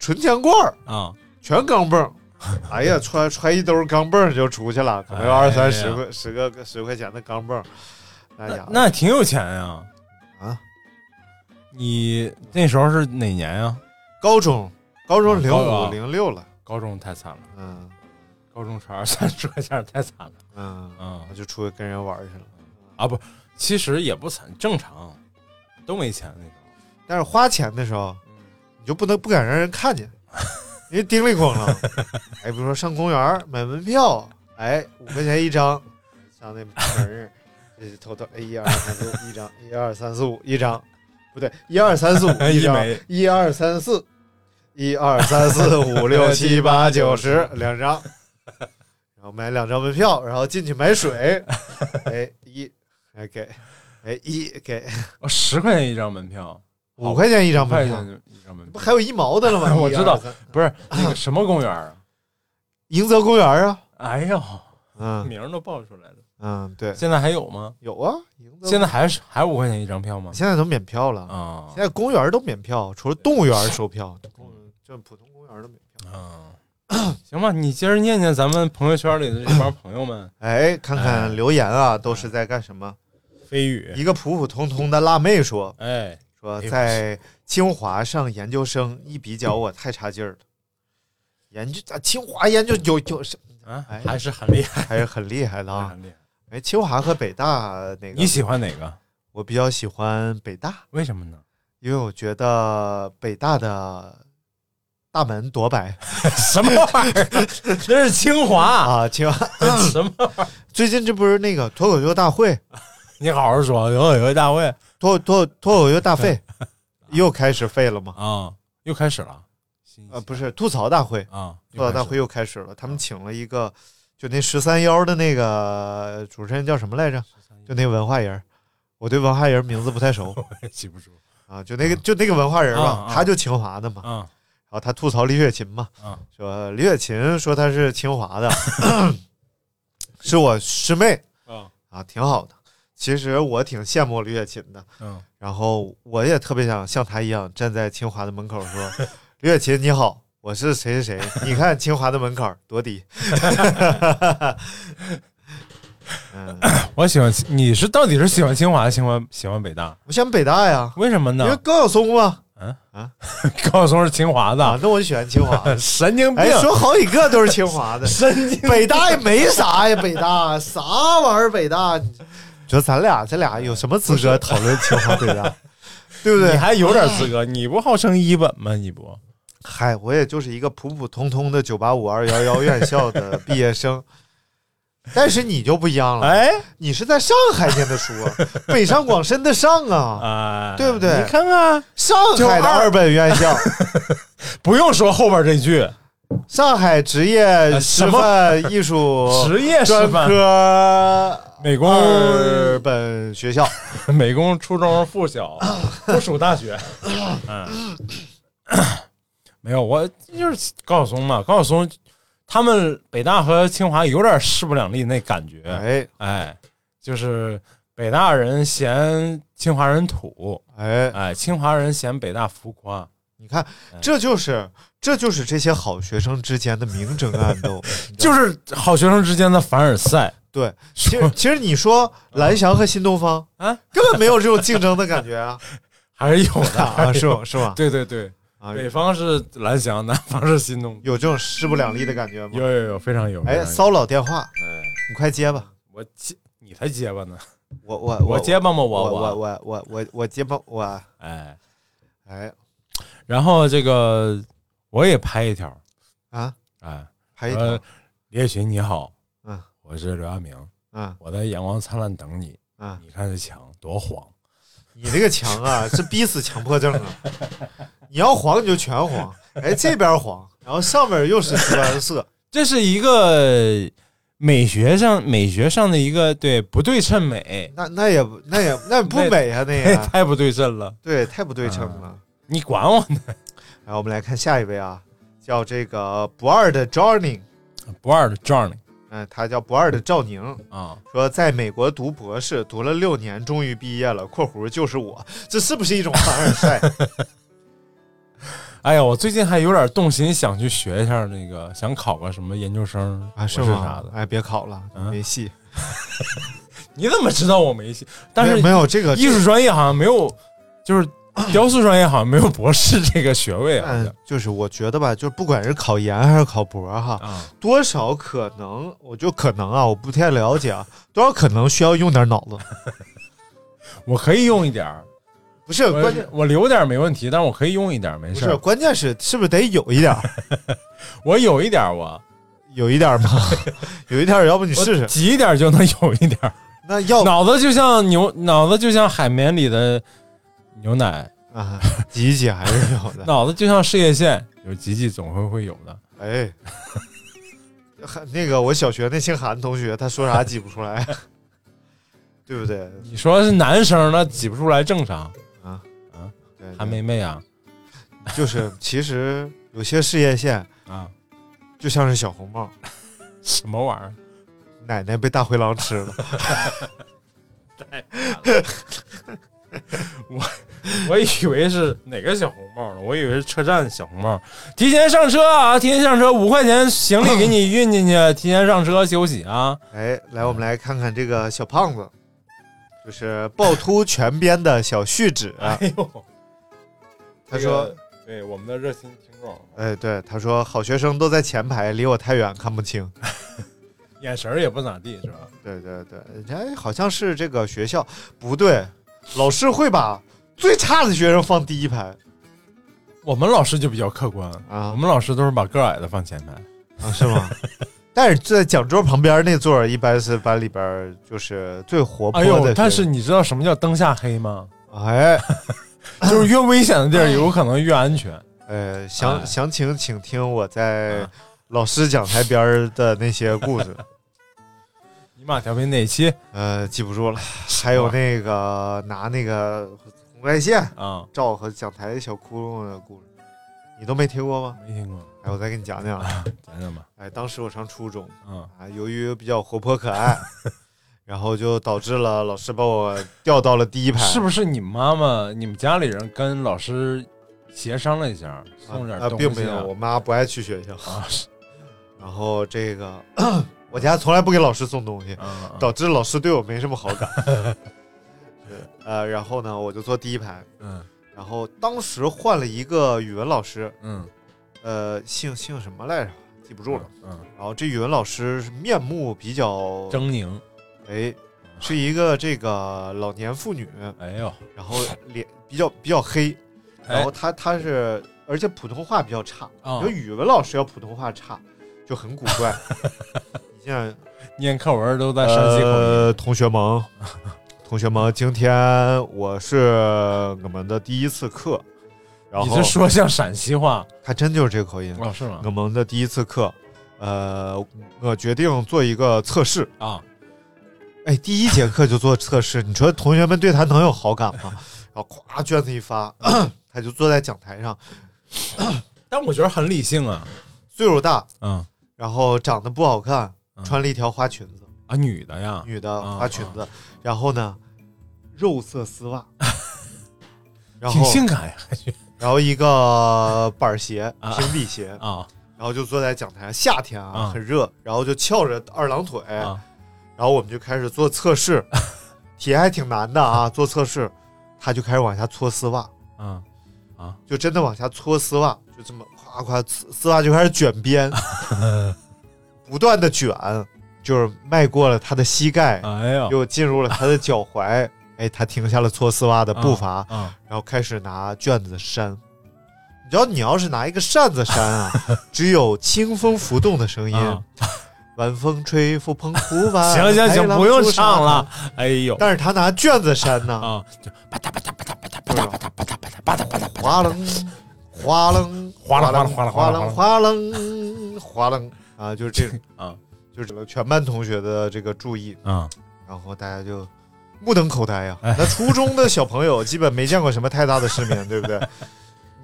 S5: 存钱罐儿，
S6: 啊，
S5: 全钢镚 儿。哎呀，揣揣一兜儿钢镚儿就出去了，可能有
S6: 哎
S5: 二
S6: 呀
S5: 三十块、十个十块钱的钢镚儿。哎
S6: 那
S5: 呀，
S6: 那挺有钱呀、
S5: 啊，
S6: 你那时候是哪年呀、
S5: 高中高中
S6: 嗯
S5: 零
S6: 高中啊
S5: 五零六了，
S6: 高中太惨了，
S5: 嗯
S6: 高中才二 三十块钱太惨了。
S5: 嗯，
S6: 嗯
S5: 我就出去跟人玩儿去了。
S6: 啊，不，其实也不惨，正常，都没钱那时候。
S5: 但是花钱的时候，你就不能不敢让人看 见，因为叮里咣啷。哎，比如说上公园儿买门票，哎，五块钱一张，上那门儿，这是偷偷哎一二三四五一 张，一二三四五一张，不对， 一二三四五
S6: 一
S5: 张
S6: 枚，
S5: 一二三四，一二三四 五六七八九十两张，然后买两张门票，然后进去买 水，哎一，哎给，哎一给
S6: 哦，十块钱一张门票，
S5: 五块钱一张
S6: 五块
S5: 门票
S6: 钱。就一张门
S5: 不
S6: 票，
S5: 还有一毛的了吗？
S6: 我知道
S5: 一二三，
S6: 不是那个什么公园啊？
S5: 迎泽公园啊，
S6: 哎呦，
S5: 嗯
S6: 名儿都报出来了。
S5: 嗯，对，
S6: 现在还有吗？
S5: 有啊，迎泽
S6: 现在还是还五块钱一张票吗？
S5: 现在都免票了，
S6: 啊
S5: 现在公园都免票，除了动物园收 票，公就普通公园都免票。
S6: 啊，行吧，你接着念念咱们朋友圈里的这帮朋友们。
S5: 哎，看
S6: 哎
S5: 看留言啊，都是在干什么？
S6: 飞宇，
S5: 一个普普通通的辣妹说
S6: 哎，
S5: 说在清华上研究生，一比较我太差劲儿了。研究在清华研究有有是
S6: 啊
S5: 哎，
S6: 还是很厉害，
S5: 还是很厉害的
S6: 还是
S5: 啊！
S6: 很厉害。
S5: 哎，清华和北大那个
S6: 你，喜欢哪个？
S5: 我比较喜欢北大。
S6: 为什么呢？
S5: 因为我觉得北大的大门多白
S6: 什么玩意儿？ 那是清华，
S5: 啊， 清华
S6: 什么？
S5: 最近这不是那个脱口秀大会，
S6: 你好好说，有有一大会
S5: 脱脱脱口秀大会 又开始废了吗？
S6: 啊，又开始了。新
S5: 呃，不是吐槽大会，
S6: 啊，
S5: 吐槽大会又开始了，他们请了一个就那十三幺的那个主持人叫什么来着？就那文化人儿，我对文化 人儿名字不太熟
S6: 我也记不住
S5: 啊，就那个就那个文化人儿吧
S6: 啊，啊
S5: 他就清华的嘛，
S6: 啊
S5: 后他吐槽李雪琴嘛，
S6: 嗯
S5: 说李雪琴说她是清华的，是我师妹
S6: 啊
S5: 啊，挺好的。其实我挺羡慕李雪琴的，
S6: 嗯
S5: 然后我也特别想像她一样站在清华的门口说：“李雪琴你好，我是谁谁谁，你看清华的门槛多低。 嗯”
S6: 我喜欢你是到底是喜欢清华还是喜欢喜欢北大？
S5: 我想北大呀，
S6: 为什么
S5: 因为
S6: 呢？
S5: 高晓松嘛
S6: 高晓松是清
S5: 啊
S6: 华的，，
S5: 那我就喜欢清华。
S6: 神经病
S5: 哎，，说好几个都是清华 的，
S6: 神经
S5: 北大也没啥呀，北大啥玩意儿？北大，你说咱俩这俩有什么资格讨论清华北 大？对不
S6: 你
S5: 对？
S6: 还有点资格，你不号称一本吗？你不
S5: 嗨，我也就是一个普普通通的九八五二幺幺院校的毕业生，但是你就不一样了，
S6: 哎
S5: 你是在上海念的书啊，北上广深的上 啊，
S6: 啊，
S5: 对不对
S6: 你看看，
S5: 上海的二本院校，
S6: 不用说后边这句，
S5: 上海职 业师范艺术
S6: 职业师
S5: 哦专
S6: 范
S5: 科
S6: 美工
S5: 二本学校。
S6: 美工初中附小，
S5: 啊
S6: 不属大学。嗯， 没有，我就是高晓松嘛，高晓松，他们北大和清华有点势不两立那感觉，
S5: 哎
S6: 哎，就是北大人嫌清华人土，
S5: 哎，
S6: 哎，清华人嫌北大浮夸，
S5: 你看，
S6: 哎
S5: 这就是这就是这些好学生之间的明争暗 斗，
S6: 就是是好学生之间的凡尔赛。
S5: 对。其实其实你说蓝翔和新东方
S6: 嗯啊，
S5: 根本没有这种竞争的感觉 啊，
S6: 还是有 的
S5: 啊是吗？是吗？
S6: 对对对，
S5: 啊，
S6: 北方是蓝翔，南方是新东，
S5: 有这种势不两立的感觉吗
S6: 有？有有，非常有。非
S5: 哎，
S6: 常有
S5: 骚扰电话，
S6: 哎
S5: 你快接吧，
S6: 我结你才结巴呢，
S5: 我我
S6: 我结巴吗？
S5: 我
S6: 我
S5: 我我我我我接吧，我
S6: 哎，
S5: 哎
S6: 然后这个我也拍一条，
S5: 啊，
S6: 哎，
S5: 还一
S6: 呃
S5: 条，
S6: 李雪琴你好，
S5: 嗯，
S6: 我是刘亚明，
S5: 嗯
S6: 我在阳光灿烂等你，
S5: 嗯，
S6: 你看这墙多黄，
S5: 你这个墙啊，是逼死强迫症啊！你要黄你就全黄，哎，这边黄，然后上面又是出蓝色，
S6: 这是一个美学上美学上的一个对不对称美，
S5: 那那也不那也那不美啊，那
S6: 哎
S5: 也
S6: 太不对称了，
S5: 对，太不对称了。
S6: 你管我呢？
S5: 然后我们来看下一位啊，叫这个不二的 Johnny，
S6: 不二的 Johnny
S5: 嗯、他叫不二的赵宁，
S6: 啊，
S5: 说在美国读博士，读了六年，终于毕业了（括弧就是我），这是不是一种凡尔赛？
S6: 哎呀，我最近还有点动心，想去学一下那个，想考个什么研究生
S5: 啊，
S6: 博
S5: 是
S6: 士
S5: 吗？
S6: 啥的。
S5: 哎，别考了，
S6: 嗯
S5: 没戏。
S6: 你怎么知道我没戏？但是
S5: 没有没有这个
S6: 艺术专业好像没有， 就是雕塑专业好像没有博士这个学位啊。
S5: 嗯，就是我觉得吧，就是不管是考研还是考博哈，
S6: 啊，
S5: 多少可能，我就可能啊，我不太了解啊，多少可能需要用点脑子。
S6: 我可以用一点儿，
S5: 不是
S6: 我
S5: 关键，
S6: 我留点儿没问题，但是我可以用一点儿，没
S5: 不
S6: 事
S5: 是
S6: 儿。
S5: 关键是是不是得有一点儿，
S6: 我有一点儿我，
S5: 有一点儿吗？有一点儿，要不你
S6: 我
S5: 试哦试？
S6: 挤一点儿就能有一点儿。
S5: 那要
S6: 脑子就像牛，脑子就像海绵里的牛奶，
S5: 啊，挤一挤还是有的。
S6: 脑子就像事业线，有几几总会会有的。
S5: 哎，还那个我小学那姓韩同学，他说啥挤不出来， 对不对？
S6: 你说是男生那挤不出来正常，
S5: 对
S6: 韩梅梅啊
S5: 就是其实有些事业线
S6: 啊，
S5: 就像是小红帽。
S6: 什么玩意儿？
S5: 奶奶被大灰狼吃了，
S6: 我以为是哪个小红帽呢？我以为是车站小红帽。提前上车啊！提前上车，五块钱行李给你运进去。提前上车休息啊！
S5: 哎，来，我们来看看这个小胖子，就是趵突泉边的小旭指。啊
S6: 哎呦，
S5: 他说
S6: 这个，对我们的热心听众，
S5: 哎，对，他说好学生都在前排，离我太远看不清。
S6: 眼神儿也不咋地，是吧？
S5: 对对对，人家好像是这个学校不对，老师会把最差的学生放第一排
S6: 我们老师就比较客观，我
S5: 啊
S6: 们老师都是把个矮的放前排。
S5: 啊，是 吗？但是在讲桌旁边那座儿，一般是班里边儿就是最活泼
S6: 哎
S5: 的学生。
S6: 呦，但是你知道什么叫灯下黑吗？
S5: 哎，
S6: 就是越危险的地儿，有可能越安全。
S5: 呃，详
S6: 哎
S5: 详情请听我在
S6: 啊
S5: 老师讲台边儿的那些故事，
S6: 尼玛调频哪期
S5: 呃，记不住了。还有那个拿那个红外线
S6: 啊？
S5: 照和讲台小窟窿的故事，你都没听过吗？
S6: 没听过，
S5: 哎，我再给你讲讲。
S6: 讲讲吧。
S5: 哎，当时我上初中
S6: 嗯，
S5: 啊，由于比较活泼可 爱，然后就导致了老师把我调到了第一排。
S6: 是不是你妈妈、你们家里人跟老师协商了一下，送点
S5: 啊，
S6: 东西、
S5: 并没有，我妈不爱去学校。
S6: 啊，是
S5: 然后这个我家从来不给老师送东西，
S6: 啊，
S5: 导致老师对我没什么好 感。是呃，然后呢，我就坐第一排。
S6: 嗯
S5: 然后当时换了一个语文老师，
S6: 嗯，
S5: 呃，姓姓什么来着？记不住了。
S6: 嗯，
S5: 然后这语文老师是面目比较，
S6: 狰狞，
S5: 哎，是一个这个老年妇女，
S6: 哎呦，
S5: 然 后脸比较比较黑，
S6: 哎
S5: 然后她她是，而且普通话比较差，
S6: 啊
S5: 有语文老师要普通话差就很古 怪。你像
S6: 念课文都在山西口音，
S5: 呃，同学们， 同学们，今天我是我们的第一次课，呃然
S6: 你
S5: 后嗯
S6: 这说像陕西话
S5: 还真就是这个口音。
S6: 哦，是吗？
S5: 我们的第一次课，呃，我决定做一个测试。
S6: 啊，
S5: 哎，第一节课就做测试，你说同学们对他能有好感 吗？然后咵卷子一发， 他就坐在讲台上，
S6: 但我觉得很理性啊，
S5: 岁数大，
S6: 嗯
S5: 然后长得不好看，
S6: 嗯
S5: 穿了一条花裙子，
S6: 啊，女的呀，
S5: 女的
S6: 啊
S5: 花裙子，然后呢，肉色丝 袜，然后
S6: 挺性感呀，还觉
S5: 然后一个板儿鞋、
S6: 啊
S5: 平底鞋，
S6: 啊
S5: 然后就坐在讲台上，夏天啊
S6: 啊
S5: 很热，然后就翘着二郎腿，
S6: 啊
S5: 然后我们就开始做测 试，题还挺难的啊，做测试，他就开始往下搓丝袜，
S6: 啊，
S5: 哎就真的往下搓丝袜，就这么夸夸丝丝袜就开始卷 边，不断的卷，就是迈过了他的膝盖，
S6: 哎呦，
S5: 又进入了他的脚踝，哎，他停下了搓丝袜的步伐，
S6: 啊
S5: 然后开始拿卷子扇。你知道，你要是拿一个扇子扇 啊，只有清风浮动的声音，
S6: 啊，
S5: 晚风吹拂澎 湖湾。
S6: 行行行，
S5: 白浪
S6: 不用
S5: 逐沙
S6: 唱了
S5: 滩。，
S6: 哎呦
S5: 但是他拿卷子扇呢，
S6: 啊，就吧嗒吧嗒吧嗒吧嗒吧嗒吧嗒吧嗒吧嗒吧嗒吧嗒吧嗒，
S5: 哗楞哗楞
S6: 哗啦
S5: 楞
S6: 哗啦
S5: 哗
S6: 哗啦
S5: 楞哗楞哗楞啊，就是这种，
S6: 啊
S5: 就是整个全班同学的这个注意，
S6: 啊
S5: 然后大家就目瞪口呆呀。那初中的小朋友基本没见过什么太大的世面，对不对？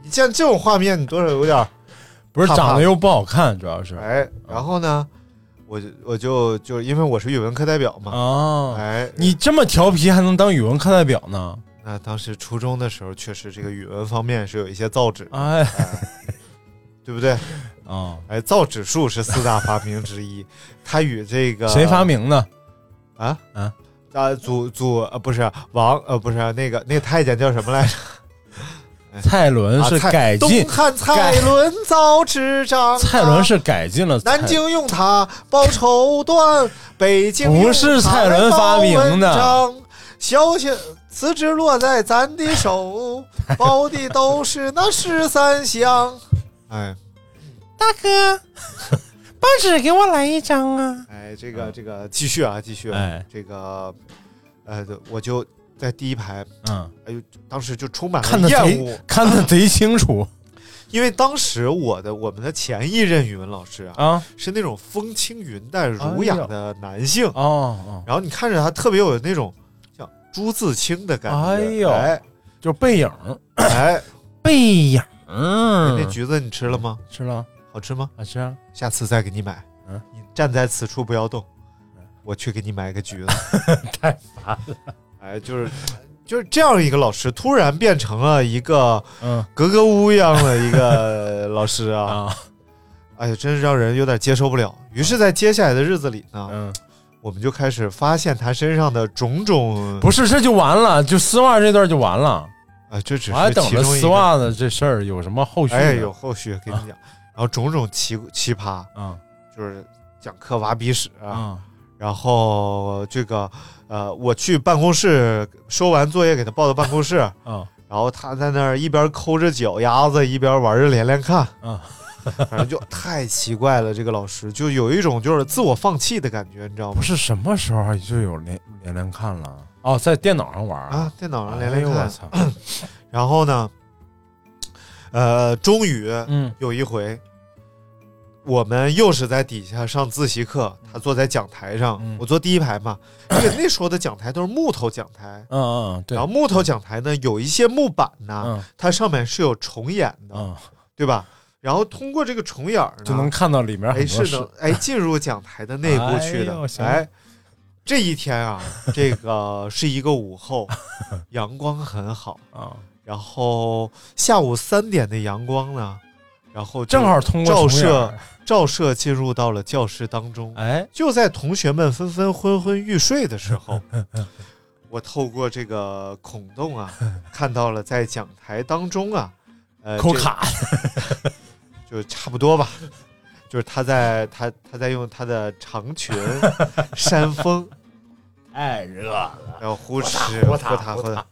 S5: 你见这种画面，你多少有点儿
S6: 不是
S5: 怕怕
S6: 长得又不好看，主要是
S5: 哎。然后呢，我就我就就因为我是语文课代表嘛，
S6: 啊，
S5: 哎，
S6: 你这么调皮还能当语文课代表呢？
S5: 那当时初中的时候，确实这个语文方面是有一些造纸，
S6: 哎
S5: 对不对？
S6: 啊，
S5: 哎，造纸术是四大发明之一，它与这个
S6: 谁发明的？
S5: 啊？
S6: 啊
S5: 啊，祖祖呃不是王呃不是那个那个太监叫什么来着？
S6: 哎蔡伦
S5: 啊
S6: 是
S5: 蔡
S6: 改进
S5: 东，汉蔡伦造纸张啊，
S6: 蔡伦是改进了蔡
S5: 南京用它包绸缎，北京
S6: 不是蔡伦发明的
S5: 消息辞职落在咱的手，包的都是那十三 香。哎
S6: 大 哥，报纸给我来一张啊！
S5: 哎，这个这个继续啊，继续。
S6: 哎
S5: 这个呃，我就在第一排，
S6: 嗯，
S5: 哎呦，当时就充满
S6: 看
S5: 了
S6: 得
S5: 厌
S6: 贼
S5: 恶，
S6: 看得贼清楚
S5: 因为当时我的我们的前一任语文老师啊，
S6: 啊！哎
S5: 是那种风轻云淡、儒雅的男性，
S6: 哦哦，
S5: 然后你看着他特别有那种像朱自清的感觉。
S6: 哎呦
S5: 哎
S6: 就是背影，
S5: 哎，
S6: 背影。
S5: 那
S6: 嗯，
S5: 橘子你吃了吗？
S6: 吃了，
S5: 好吃吗？
S6: 好吃啊！
S5: 下次再给你买。
S6: 嗯，
S5: 你站在此处不要动，我去给你买个橘子。
S6: 太烦了。
S5: 哎，就是就是这样一个老师，突然变成了一个
S6: 嗯
S5: 格格巫一样的一个老师啊！
S6: 啊，
S5: 哎呀，真是让人有点接受不了。于是，在接下来的日子里呢，
S6: 嗯，
S5: 我们就开始发现他身上的种 种
S6: 不是，这就完了，就丝袜这段就完了。
S5: 啊，这只
S6: 我还
S5: 是
S6: 等
S5: 其
S6: 着
S5: 中一
S6: 丝
S5: 个。
S6: 袜子这事儿有什么后续呢？
S5: 哎，有后续跟你讲，然后种种奇奇葩，
S6: 啊
S5: 就是讲课挖鼻屎啊
S6: 啊
S5: 然后这个呃，我去办公室收完作业，给他抱到办公室，
S6: 啊
S5: 然后他在那儿一边抠着脚丫子，一边玩着连连看，
S6: 啊！
S5: 反正就太奇怪了。这个老师就有一种就是自我放弃的感觉，你知道吗
S6: 不？是什么时候就有连连连看了？哦，在电脑上玩儿
S5: 啊，电脑上连
S6: 哎
S5: 连
S6: 呦我
S5: 看。
S6: 操！
S5: 然后呢，呃，终于
S6: 嗯
S5: 有一回，我们又是在底下上自习课，他坐在讲台上，
S6: 嗯
S5: 我坐第一排 嘛，因为那时候的讲台都是木头讲台。
S6: 嗯嗯，对
S5: 然后，木头讲台呢，有一些木板呢，
S6: 嗯
S5: 它上面是有重眼的，
S6: 嗯
S5: 对吧？然后通过这个虫眼儿呢
S6: 就能看到里面
S5: 哎
S6: 很多
S5: 是
S6: 事
S5: 能。哎进入讲台的内部去
S6: 哎
S5: 的
S6: 呦行
S5: 哎。这一天啊，这个 是一个午后，阳光很好，
S6: 啊，
S5: 然后下午三点的阳光呢，然后就
S6: 正好通过
S5: 照
S6: 虫眼儿
S5: 射，照射进入到了教室当中。
S6: 哎，
S5: 就在同学们纷纷昏昏欲睡的时 候，我透过这个孔洞啊，看到了在讲台当中啊，呃，
S6: 抠
S5: 这
S6: 卡，
S5: 就差不多吧， 就是他在他他在用他的长裙 扇风，
S6: 太热了，
S5: 然后呼哧
S6: 呼
S5: 呼
S6: 嗒
S5: 嗒
S6: 呼
S5: 呼
S6: 嗒
S5: 嗒。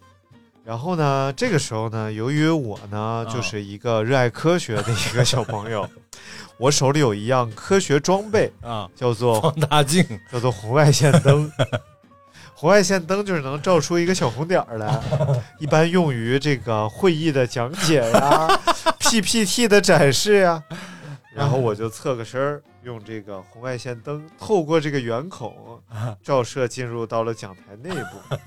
S5: 然后呢，这个时候呢，由于我呢
S6: 嗯
S5: 就是一个热爱科学的一个小朋友，我手里有一样科学装备，
S6: 啊，
S5: 叫做
S6: 放大镜
S5: 叫做红外线灯。 红外线灯就是能照出一个小红点儿来，一般用于这个会议的讲解呀、PPT 的展示呀。然后我就侧个身儿，用这个红外线灯透过这个圆孔照射进入到了讲台内部，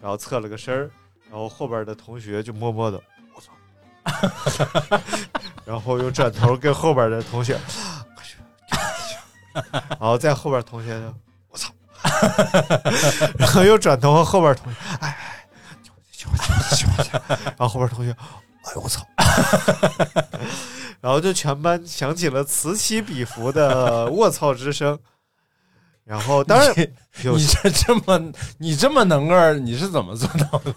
S5: 然后侧了个身儿，然后后边的同学就默默的，我操， 然后又转头跟后边的同学，快去， 然后在后边同学就我操， 然后又转头和后边同学，哎，救我去，救我去，救我去，然后后边同学，哎呦我操。 然后就全班响起了此起彼伏的 “卧槽”之声，然后当然有
S6: 你这这么你这么能个儿，你是怎么做到的？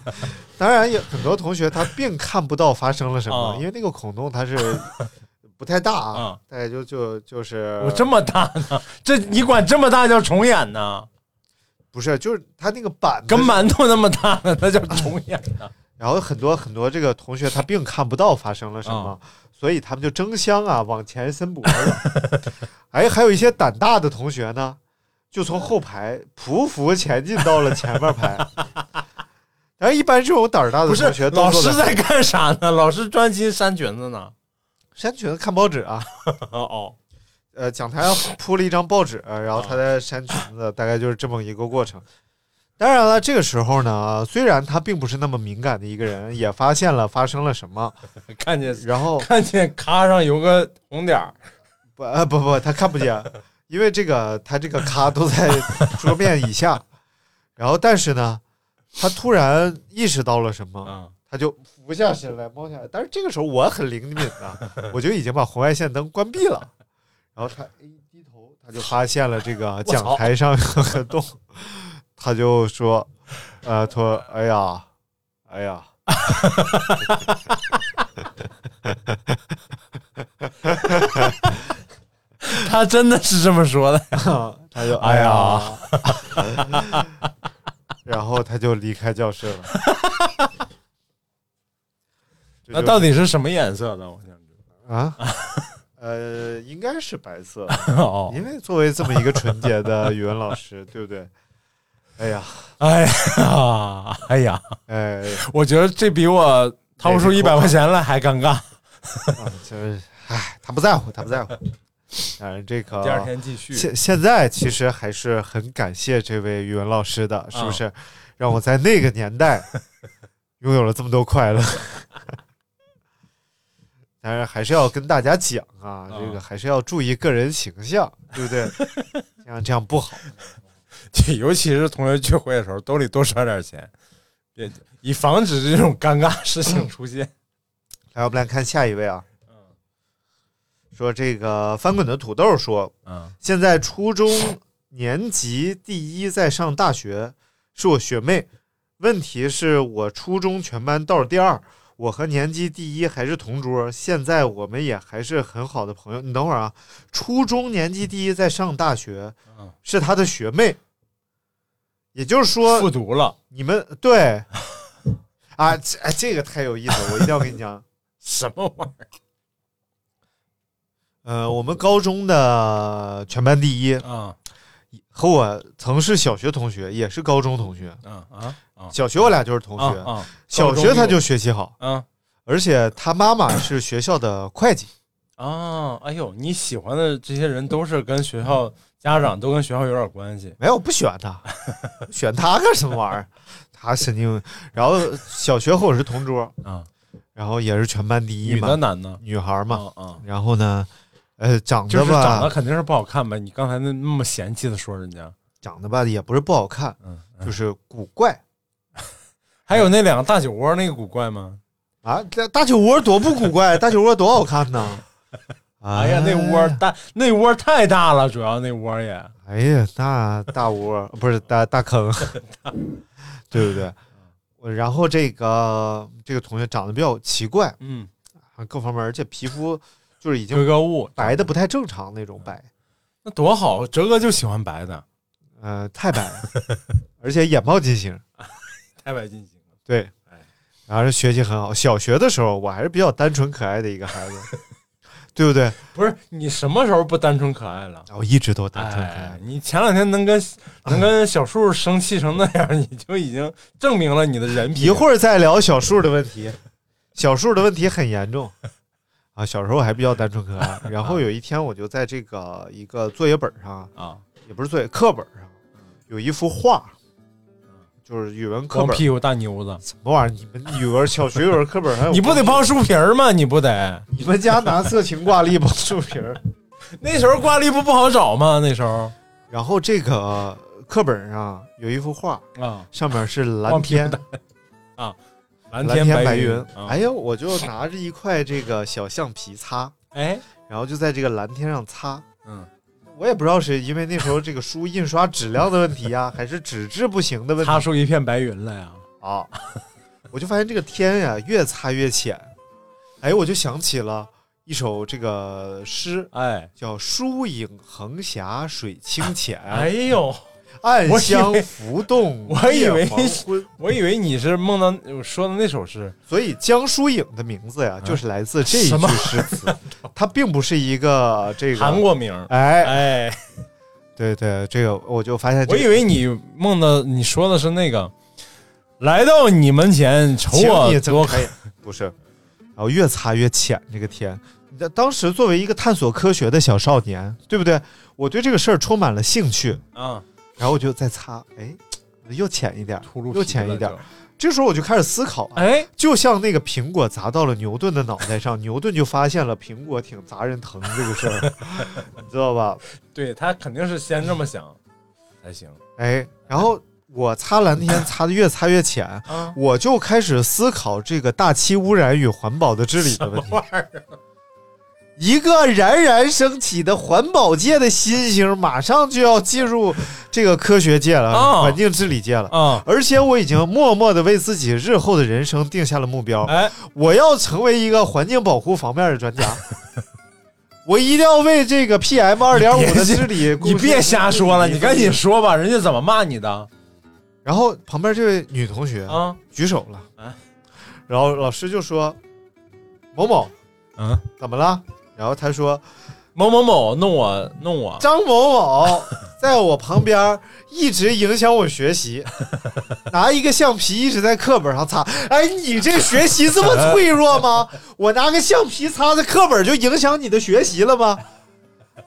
S5: 当然有很多同学他并看不到发生了什么，
S6: 啊
S5: 因为那个孔洞它是不太大
S6: 啊
S5: 啊，大概就就就是
S6: 我这么大呢？这你管这么大叫重眼呢？
S5: 不是就是它那个板子
S6: 跟，馒头那么大呢，那叫重眼呢？
S5: 然后很多很多这个同学他并看不到发生了什么，
S6: 嗯
S5: 所以他们就争相啊往前伸脖子。 哎，还有一些胆大的同学呢，就从后排匍匐前进到了前面排。 然后一般这种胆儿大的
S6: 不是
S5: 同学，都
S6: 老
S5: 坐
S6: 师
S5: 在
S6: 在干啥呢？老师专心扇裙子呢。
S5: 扇裙子看报纸啊。
S6: 哦哦，
S5: 呃，讲台上铺了一张报纸，然后他在扇裙子，大概就是这么一个过程。当然了，这个时候呢，虽然他并不是那么敏感的一个人，也发现了发生了什么，
S6: 看见
S5: 然后
S6: 看见卡上有个红点儿，
S5: 不呃不不，他看不见，因为这个他这个咖都在桌面以下。 然后，但是呢，他突然意识到了什么，
S6: 嗯
S5: 他就俯下身来，猫下来。但是这个时候我很灵敏的， 我就已经把红外线灯关闭了。 然后他一低头，他就发现了这个
S6: 操
S5: 讲台上有个洞，他就说：“呃，他说哎呀，哎呀。”
S6: 他真的是这么说的。
S5: 他就
S6: 哎
S5: 哎
S6: 呀
S5: 呀， 然后他就离开教室了。 这
S6: 那
S5: 就
S6: 到底是什么颜色的？我想知
S5: 啊？呃，应该是白色，
S6: 道。 哦，
S5: 因为作为这么一个纯洁的语文老师，对不对？哎呀，
S6: 哎呀，哎呀，
S5: 哎，
S6: 我觉得这比我掏不出一百块钱来还尴尬。
S5: 啊就是，哎，他不在乎，他不在乎。当然，这个
S6: 继续
S5: 现现在其实还是很感谢这位语文老师的，是不是？让我在那个年代拥有了这么多快乐。 当然，还是要跟大家讲啊，
S6: 啊
S5: 这个还是要注意个人形象，对不对？这样这样不好。
S6: 尤其是同学聚会的时候，兜里多揣点钱，别以防止这种尴尬事情出现。
S5: 来，我们来看下一位啊，说这个翻滚的土豆说，
S6: 嗯
S5: 现在初中年级第一在上大学，是我学妹。问题是我初中全班倒数第二，我和年级第一还是同桌，现在我们也还是很好的朋友。你等会儿啊，初中年级第一在上大学
S6: 嗯，
S5: 是她的学妹，也就是
S6: 复
S5: 说
S6: 读了，
S5: 你们对 啊，这哎这个太有意思了，我一定要跟你讲。
S6: 什么玩意
S5: 呃，我们高中的全班第一
S6: 儿啊
S5: 和我曾是小学同学，也是高中同学。
S6: 啊啊啊！
S5: 小学我俩就是同学，
S6: 啊
S5: 小学他就学习好，
S6: 啊
S5: 而且他妈妈是学校的会计。
S6: 啊啊！哎呦，你喜欢的这些人都是跟学校家长都跟学校有点关系。
S5: 没有，我不选 他，选他干什么玩意儿？他神经。然后小学和我是同桌，
S6: 啊
S5: 然后也是全班第一
S6: 女的
S5: 嘛，
S6: 男的
S5: 女孩嘛。
S6: 啊啊，
S5: 然后呢，呃，长
S6: 就
S5: 得
S6: 是长得
S5: 吧，
S6: 肯定是不好看呗。你刚才那那么嫌弃的说人家，
S5: 长得吧也不是不好看，
S6: 嗯，嗯
S5: 就是古怪
S6: 还有那两个大酒窝那个古怪吗？
S5: 啊。这大酒窝多不古怪，大酒窝多好看呢！ 啊
S6: 哎呀，那窝大，那窝太大了，主要那窝也
S5: 哎呀，大大窝不是大大 坑，对不对？我然后这个这个同学长得比较奇怪
S6: 嗯，
S5: 啊，各方面，而且皮肤就是已
S6: 格
S5: 经
S6: 格物，
S5: 白的不太正常那种白，
S6: 那多好，哲哥就喜欢白的，
S5: 呃，太白了，而且眼冒金星，
S6: 太白金星了。
S5: 对，
S6: 哎
S5: 然后学习很好。小学的时候，我还是比较单纯可爱的一个孩子，对不对？
S6: 不是你什么时候不单纯可爱了？
S5: 我一直都单纯可
S6: 哎
S5: 爱，，
S6: 你前两天能跟能跟小树生气成那样，你就已经证明了你的人品。
S5: 一会儿再聊小树的问题，小树的问题很严重啊。小时候还比较单纯可爱，然后有一天我就在这个一个作业本上，
S6: 啊，
S5: 也不是作业课本上，有一幅画，就是语文课
S6: 光
S5: 本
S6: 屁股大妞子，
S5: 什么玩意儿？你们语文小学语文课本上有
S6: 你不得
S5: 光嗯
S6: 帮书皮儿吗？你不得？
S5: 你们家拿色情挂历帮树皮儿？
S6: 那时候挂历不不好找吗？那时候
S5: 然后这个课本上有一幅画，
S6: 啊，
S5: 上面是蓝
S6: 光屁
S5: 天
S6: 股，大啊，蓝
S5: 蓝天
S6: 白
S5: 云。哎
S6: 哎
S5: 呀，我就拿着一块这个小橡皮擦，
S6: 哎，
S5: 然后就在这个蓝天上擦。
S6: 嗯，
S5: 我也不知道是因为那时候这个书印刷质量的问题呀、还是纸质不行的问题
S6: 擦出一片白云来呀！
S5: 啊。我就发现这个天呀、越擦越浅。哎，我就想起了一首这个诗，
S6: 哎，
S5: 叫“疏影横斜水清浅，
S6: 哎呦，
S5: 暗
S6: 我以
S5: 香
S6: 为
S5: 浮动
S6: 我以
S5: 夜
S6: 为
S5: 黄昏
S6: 我以为你是梦到我说的那首诗”。
S5: 所以江疏影的名字呀，就是来自这一
S6: 嗯什
S5: 句
S6: 么
S5: 诗 词。它并不是一个这个
S6: 韩。国名儿。
S5: 哎，
S6: 哎，
S5: 对对，这个我就发现这
S6: 我
S5: 个、
S6: 以为你梦到你说的是那个，来到你门前，瞅
S5: 请
S6: 我
S5: 你睁
S6: 多
S5: 开眼， 不是，然后越擦越浅这个天。那当时作为一个探索科学的小少年，对不对？我对这个事儿充满了兴趣，
S6: 啊，
S5: 然后我就在擦，哎，又浅一点儿，
S6: 秃噜
S5: 又浅一点儿。这时候我就开始思考，啊
S6: 哎，
S5: 就像那个苹果砸到了牛顿的脑袋上，牛顿就发现了苹果挺砸人疼这个事儿， 你知道吧？
S6: 对他肯定是先这么想才行
S5: 哎，然后我擦蓝天擦的越擦越浅，
S6: 啊。
S5: 我就开始思考这个大气污染与环保的治理的
S6: 什
S5: 问
S6: 么
S5: 题。
S6: 玩意儿？
S5: 一个冉冉升起的环保界的新星，马上就要进入这个科学界了，
S6: 哦
S5: 环境治理界了。
S6: 啊？
S5: 而且我已经默默的为自己日后的人生定下了目标，
S6: 哎，
S5: 我要成为一个环境保护方面的专家。 我一定要为这个 PM 二点五的治理贡献
S6: 你别瞎说了，你赶紧。说吧，人家怎么骂你的
S5: 然后旁边这位女同学
S6: 啊？
S5: 举手了，
S6: 啊
S5: 然后老师就说：“某某
S6: 嗯，
S5: 怎么了？”然后她说：“
S6: 某某某弄我弄我，
S5: 张某某在我旁边儿一直影响我学 习，拿一个橡皮一直在课本上擦。哎，你这学习这么脆弱 吗？我拿个橡皮擦在课本就影响你的学习了吗？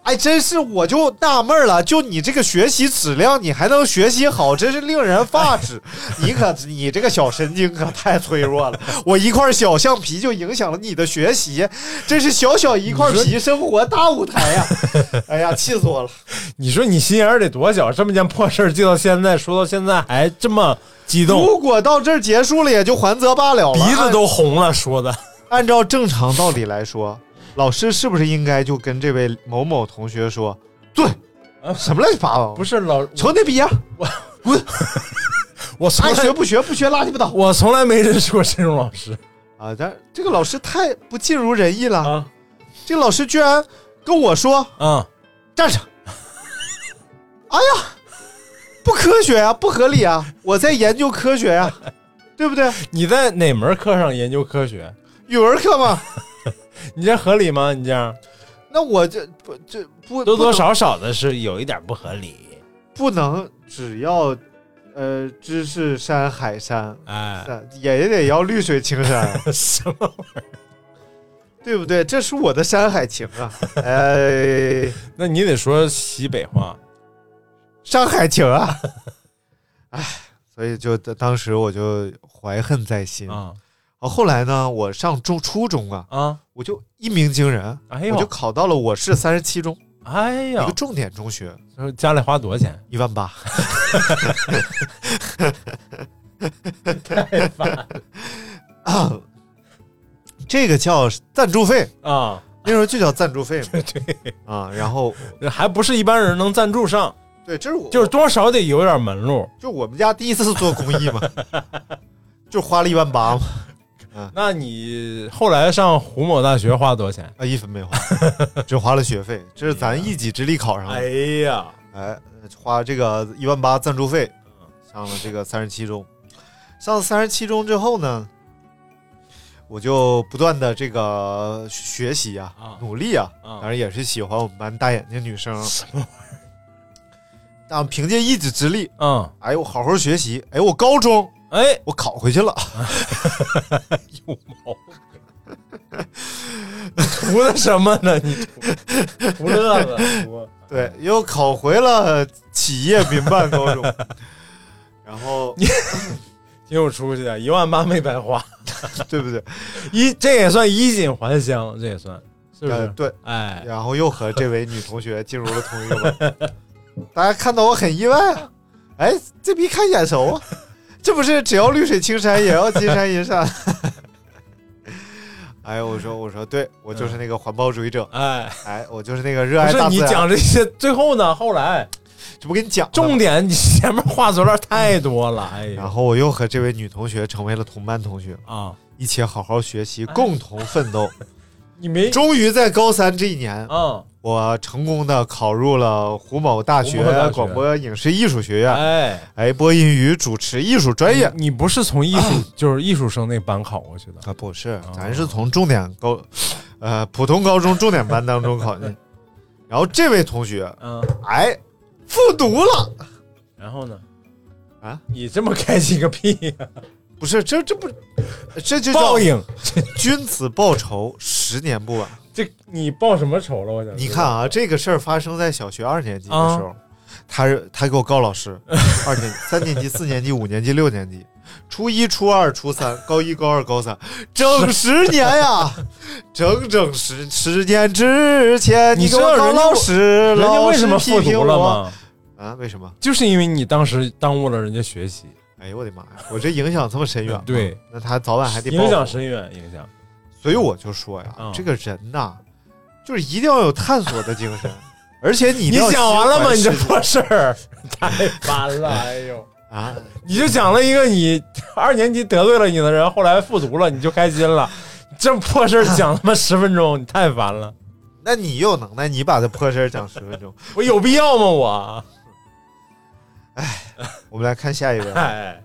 S5: 哎，真是我就纳闷儿了，就你这个学习质量，你还能学习好，真是令人发指。 你可你这个小神经可太脆弱了，我一块小橡皮就影响了你的学习，真是小小一块皮，生活大舞台呀、 哎呀，气死我了！
S6: 你说你心眼儿得多小，这么件破事儿记到现在，说到现在还这么激动，
S5: 如果到这儿结束了，也就还则罢了了。
S6: 鼻子都红了，说的。
S5: 按按照正常道理来说，老师是不是应该就跟这位某某同学说，对，什么乱七八糟，
S6: 不
S5: 是
S6: 是老，
S5: 瞅你那 逼样，
S6: 我从
S5: 爱
S6: 来
S5: 学不学，不学拉鸡巴倒
S6: 我从来没认识过这种老师
S5: 啊！但这个老师太不尽如人意了，
S6: 啊
S5: 这个老师居然跟我说
S6: 啊！
S5: 站着，哎呀，不科学呀、不合理啊！我在研究科学呀、对不对？
S6: 你在哪门课上研究科学？
S5: 语文课嘛，
S6: 你这合理吗？你这样
S5: 那我这不这不
S6: 多
S5: 不
S6: 多
S5: 能
S6: 少少的是有一点不合理。
S5: 不能只要呃知识山海山，
S6: 哎，
S5: 呃也也得要绿水青山，啊
S6: 什么？
S5: 对不对？这是我的山海情啊，哎，
S6: 那你得说西北话。
S5: 山海情啊， 哎，所以就当时我就怀恨在心
S6: 啊，
S5: 啊，后来呢，我上中初中啊，
S6: 啊，
S5: 我就一鸣惊人，
S6: 哎
S5: 我就
S6: 呦，
S5: 考到了我市三十七中，
S6: 哎
S5: 一
S6: 呀
S5: 个，重点中学，
S6: 就是家里花多少钱？
S5: 一万八。啊这个叫赞助费，
S6: 啊，
S5: 那时候就叫赞助费嘛。
S6: 对，
S5: 啊，然后
S6: 还不是一般人能赞助上，
S5: 对，这是我
S6: 就是多少得有点门路。
S5: 就我们家第一次做公益嘛，就花了一万八嘛，
S6: 那你后来上胡某大学花多少钱？
S5: 啊，一分没花，只花了学费，这是咱一己之力考
S6: 哎
S5: 上的。
S6: 呀，
S5: 哎，花这个一万八赞助费，上了这个三十七中。上了三十七中之后呢，我就不断的这个学习啊，
S6: 啊
S5: 努力啊，
S6: 啊
S5: 当然也是喜欢我们班大眼睛女生。但凭借一己之力，
S6: 嗯，
S5: 哎，我好好学习，哎，我高中
S6: 哎，
S5: 我考回去了，
S6: 有毛病，图的什么呢？你图图乐子，
S5: 对，又考回了企业民办高 中。然后，
S6: 挺有出息啊，一万八没白花，
S5: 对不对？
S6: 衣这也算衣锦还乡，这也算是不
S5: 呃
S6: 是？
S5: 对，
S6: 哎，
S5: 然后又和这位女同学进入了同一个班。 大家看到我很意外啊，哎，这比看眼熟啊， 这不是只要绿水青山也要金山银山？ 哎，我说我说，对我就是那个环保主义者，
S6: 哎，
S5: 哎，我就是那个热
S6: 不
S5: 爱
S6: 是
S5: 大
S6: 你
S5: 自然。
S6: 讲这些，最后呢？后来
S5: 这不跟你讲了吗
S6: 重点，你前面话有点太多了，哎呀
S5: 然后我又和这位女同学成为了同班同学，
S6: 啊，
S5: 一起好好学
S6: 哎
S5: 习，共同奋 斗。
S6: 你没
S5: 终于在高三这一年，
S6: 啊，
S5: 我成功的考入了胡某大学
S6: 胡某大学
S5: 广播影视艺术学院。
S6: 哎，
S5: 哎，播音与主持艺术专业
S6: 你你不是从艺术就是艺术生那班考过去的
S5: 啊，不是，
S6: 哦
S5: 咱是从重点高，呃，普通高中重点班当中考进。然后这位同学，
S6: 嗯，
S5: 哎，复读了，
S6: 然后呢？
S5: 啊，
S6: 你这么开心个屁呀！
S5: 不是，这这不，这就叫
S6: 报应，
S5: 君子报仇，十年不晚。
S6: 这你报什么仇了？我想
S5: 你看啊，这个事儿发生在小学二年级的时候，
S6: 啊
S5: 他是他给我告老 师，二年级、三年级、四年级、五年级、六年级，初一、初二、初三、高一、高二、高三，整十年 呀，整整十十年之前，
S6: 你
S5: 给我
S6: 知道
S5: 告
S6: 人家
S5: 老师，
S6: 人家
S5: 老
S6: 为
S5: 师
S6: 什么
S5: 批
S6: 复
S5: 评
S6: 读
S5: 我
S6: 了？吗？
S5: 啊，为什么？
S6: 就是因为你当时耽误了人家学习，
S5: 哎呦我的妈呀，我这影响这么深远，
S6: 对，
S5: 那他早晚还得报
S6: 影响
S5: 复。
S6: 深远，影响。
S5: 所以我就说呀，
S6: 嗯
S5: 这个人呐，就是一定要有探索的精 神。而且你一定要
S6: 想完了吗？你
S5: 喜
S6: 这
S5: 欢世界
S6: 破事儿太烦了，哎 呦！
S5: 啊，
S6: 你就讲了一个你二年级得罪了你的人，后来复读了，你就开心了。这破事儿讲他妈十分钟，你太烦了。
S5: 那你有能耐，你把这破事儿讲十分钟。
S6: 我有必要吗？我，
S5: 我们来看下一位
S6: 哎，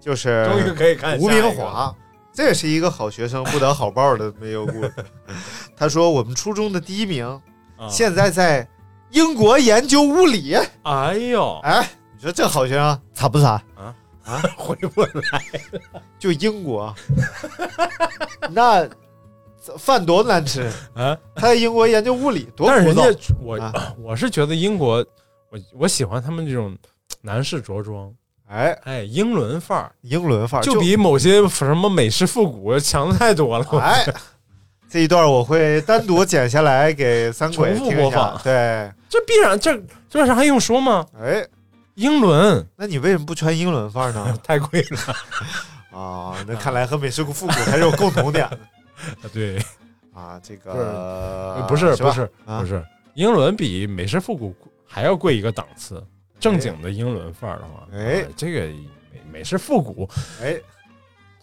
S5: 就是
S6: 终于可以看
S5: 吴
S6: 下一个
S5: 明华，这也是一个好学生不得好报的没有故 事。他说我们初中的第一名，
S6: 啊
S5: 现在在英国研究物理。
S6: 哎呦，
S5: 哎，你说这好学生惨不惨？
S6: 回不来，
S5: 就英 国，那饭多难吃
S6: 啊！
S5: 他在英国研究物理，多
S6: 但是
S5: 枯
S6: 人家
S5: 燥。
S6: 我、
S5: 啊
S6: 我是觉得英国，我我喜欢他们这种男士着装，
S5: 哎，
S6: 哎，英伦范儿，
S5: 英伦范儿
S6: 就比某些什么美式复古强得太多了。
S5: 哎，这一段我会单独剪下来给三鬼
S6: 重复
S5: 听一
S6: 播
S5: 下
S6: 放。
S5: 对，
S6: 这必然，这这有啥还用说吗？
S5: 哎，
S6: 英伦？
S5: 那你为什么不穿英伦范儿呢
S6: 太贵了，
S5: 啊，那看来和美式复古还是有共同 点的
S6: 对，
S5: 啊。这个
S6: 不是不
S5: 吧
S6: 是
S5: 啊
S6: 不是，英伦比美式复古还要贵一个档次。正经的英伦范儿的话，
S5: 哎
S6: 啊这个美美式复古
S5: 哎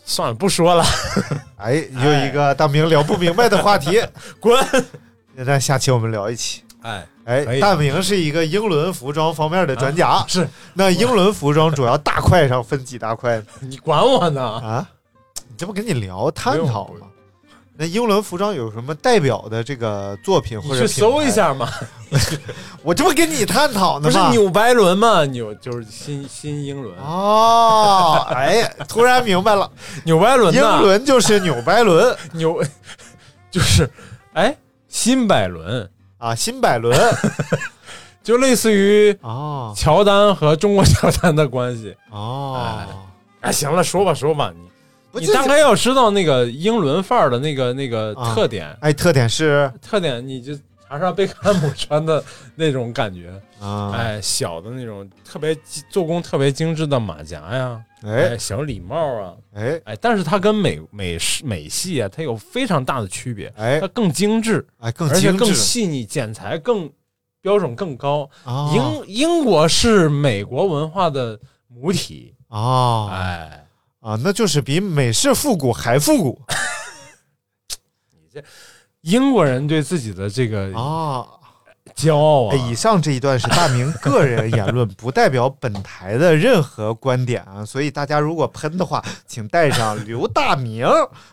S6: 算了不说了，
S5: 哎，又一个大明聊不明白的话题，
S6: 哎 滚！
S5: 那下期我们聊一期。
S6: 哎，可
S5: 哎，
S6: 以
S5: 大明是一个英伦服装方面的专家，
S6: 是
S5: 那英伦服装主要大块上分几大块呢？
S6: 你管我呢？
S5: 啊？这不跟你聊探讨
S6: 不用不
S5: 吗？那英伦服装有什么代表的这个作品或
S6: 你
S5: 者
S6: 去搜
S5: 品牌
S6: 一，下嘛，
S5: 我这不跟你探讨呢
S6: 不是
S5: 吗？
S6: 纽白伦嘛？纽就是新新英伦，
S5: 啊哦，哎呀，突然明 白了，
S6: 纽白伦
S5: 英
S6: 呐，
S5: 伦就是纽白伦
S6: 纽 就是哎新百伦，
S5: 啊，新百伦
S6: 就类似于
S5: 哦
S6: 乔丹和中国乔丹的关系。哎
S5: 哦，
S6: 哎，行了，说吧说吧，你
S5: 不
S6: 你
S5: 就
S6: 大概要知道那个英伦范儿的那个那个
S5: 啊
S6: 特点，
S5: 哎，特点是
S6: 特点你就查查贝克汉姆穿的那种感觉，
S5: 啊，
S6: 哎，小的那种特别精做工特别精致的马甲呀，
S5: 哎
S6: 哎，小礼帽啊，
S5: 哎
S6: 哎，但是它跟美美式美系啊，它有非常大的区别，
S5: 哎
S6: 它更精致，
S5: 哎，更
S6: 而且
S5: 精
S6: 更
S5: 致
S6: 细腻，剪裁更标准更高。
S5: 啊
S6: 英英国是美国文化的母体，
S5: 啊
S6: 哎，
S5: 啊，那就是比美式复古还复古
S6: 英国人对自己的这个
S5: 啊。
S6: 骄傲啊
S5: 哎，，以上这一段是大明个人言 论，不代表本台的任何观点啊。所以大家如果喷的话，请带上刘大明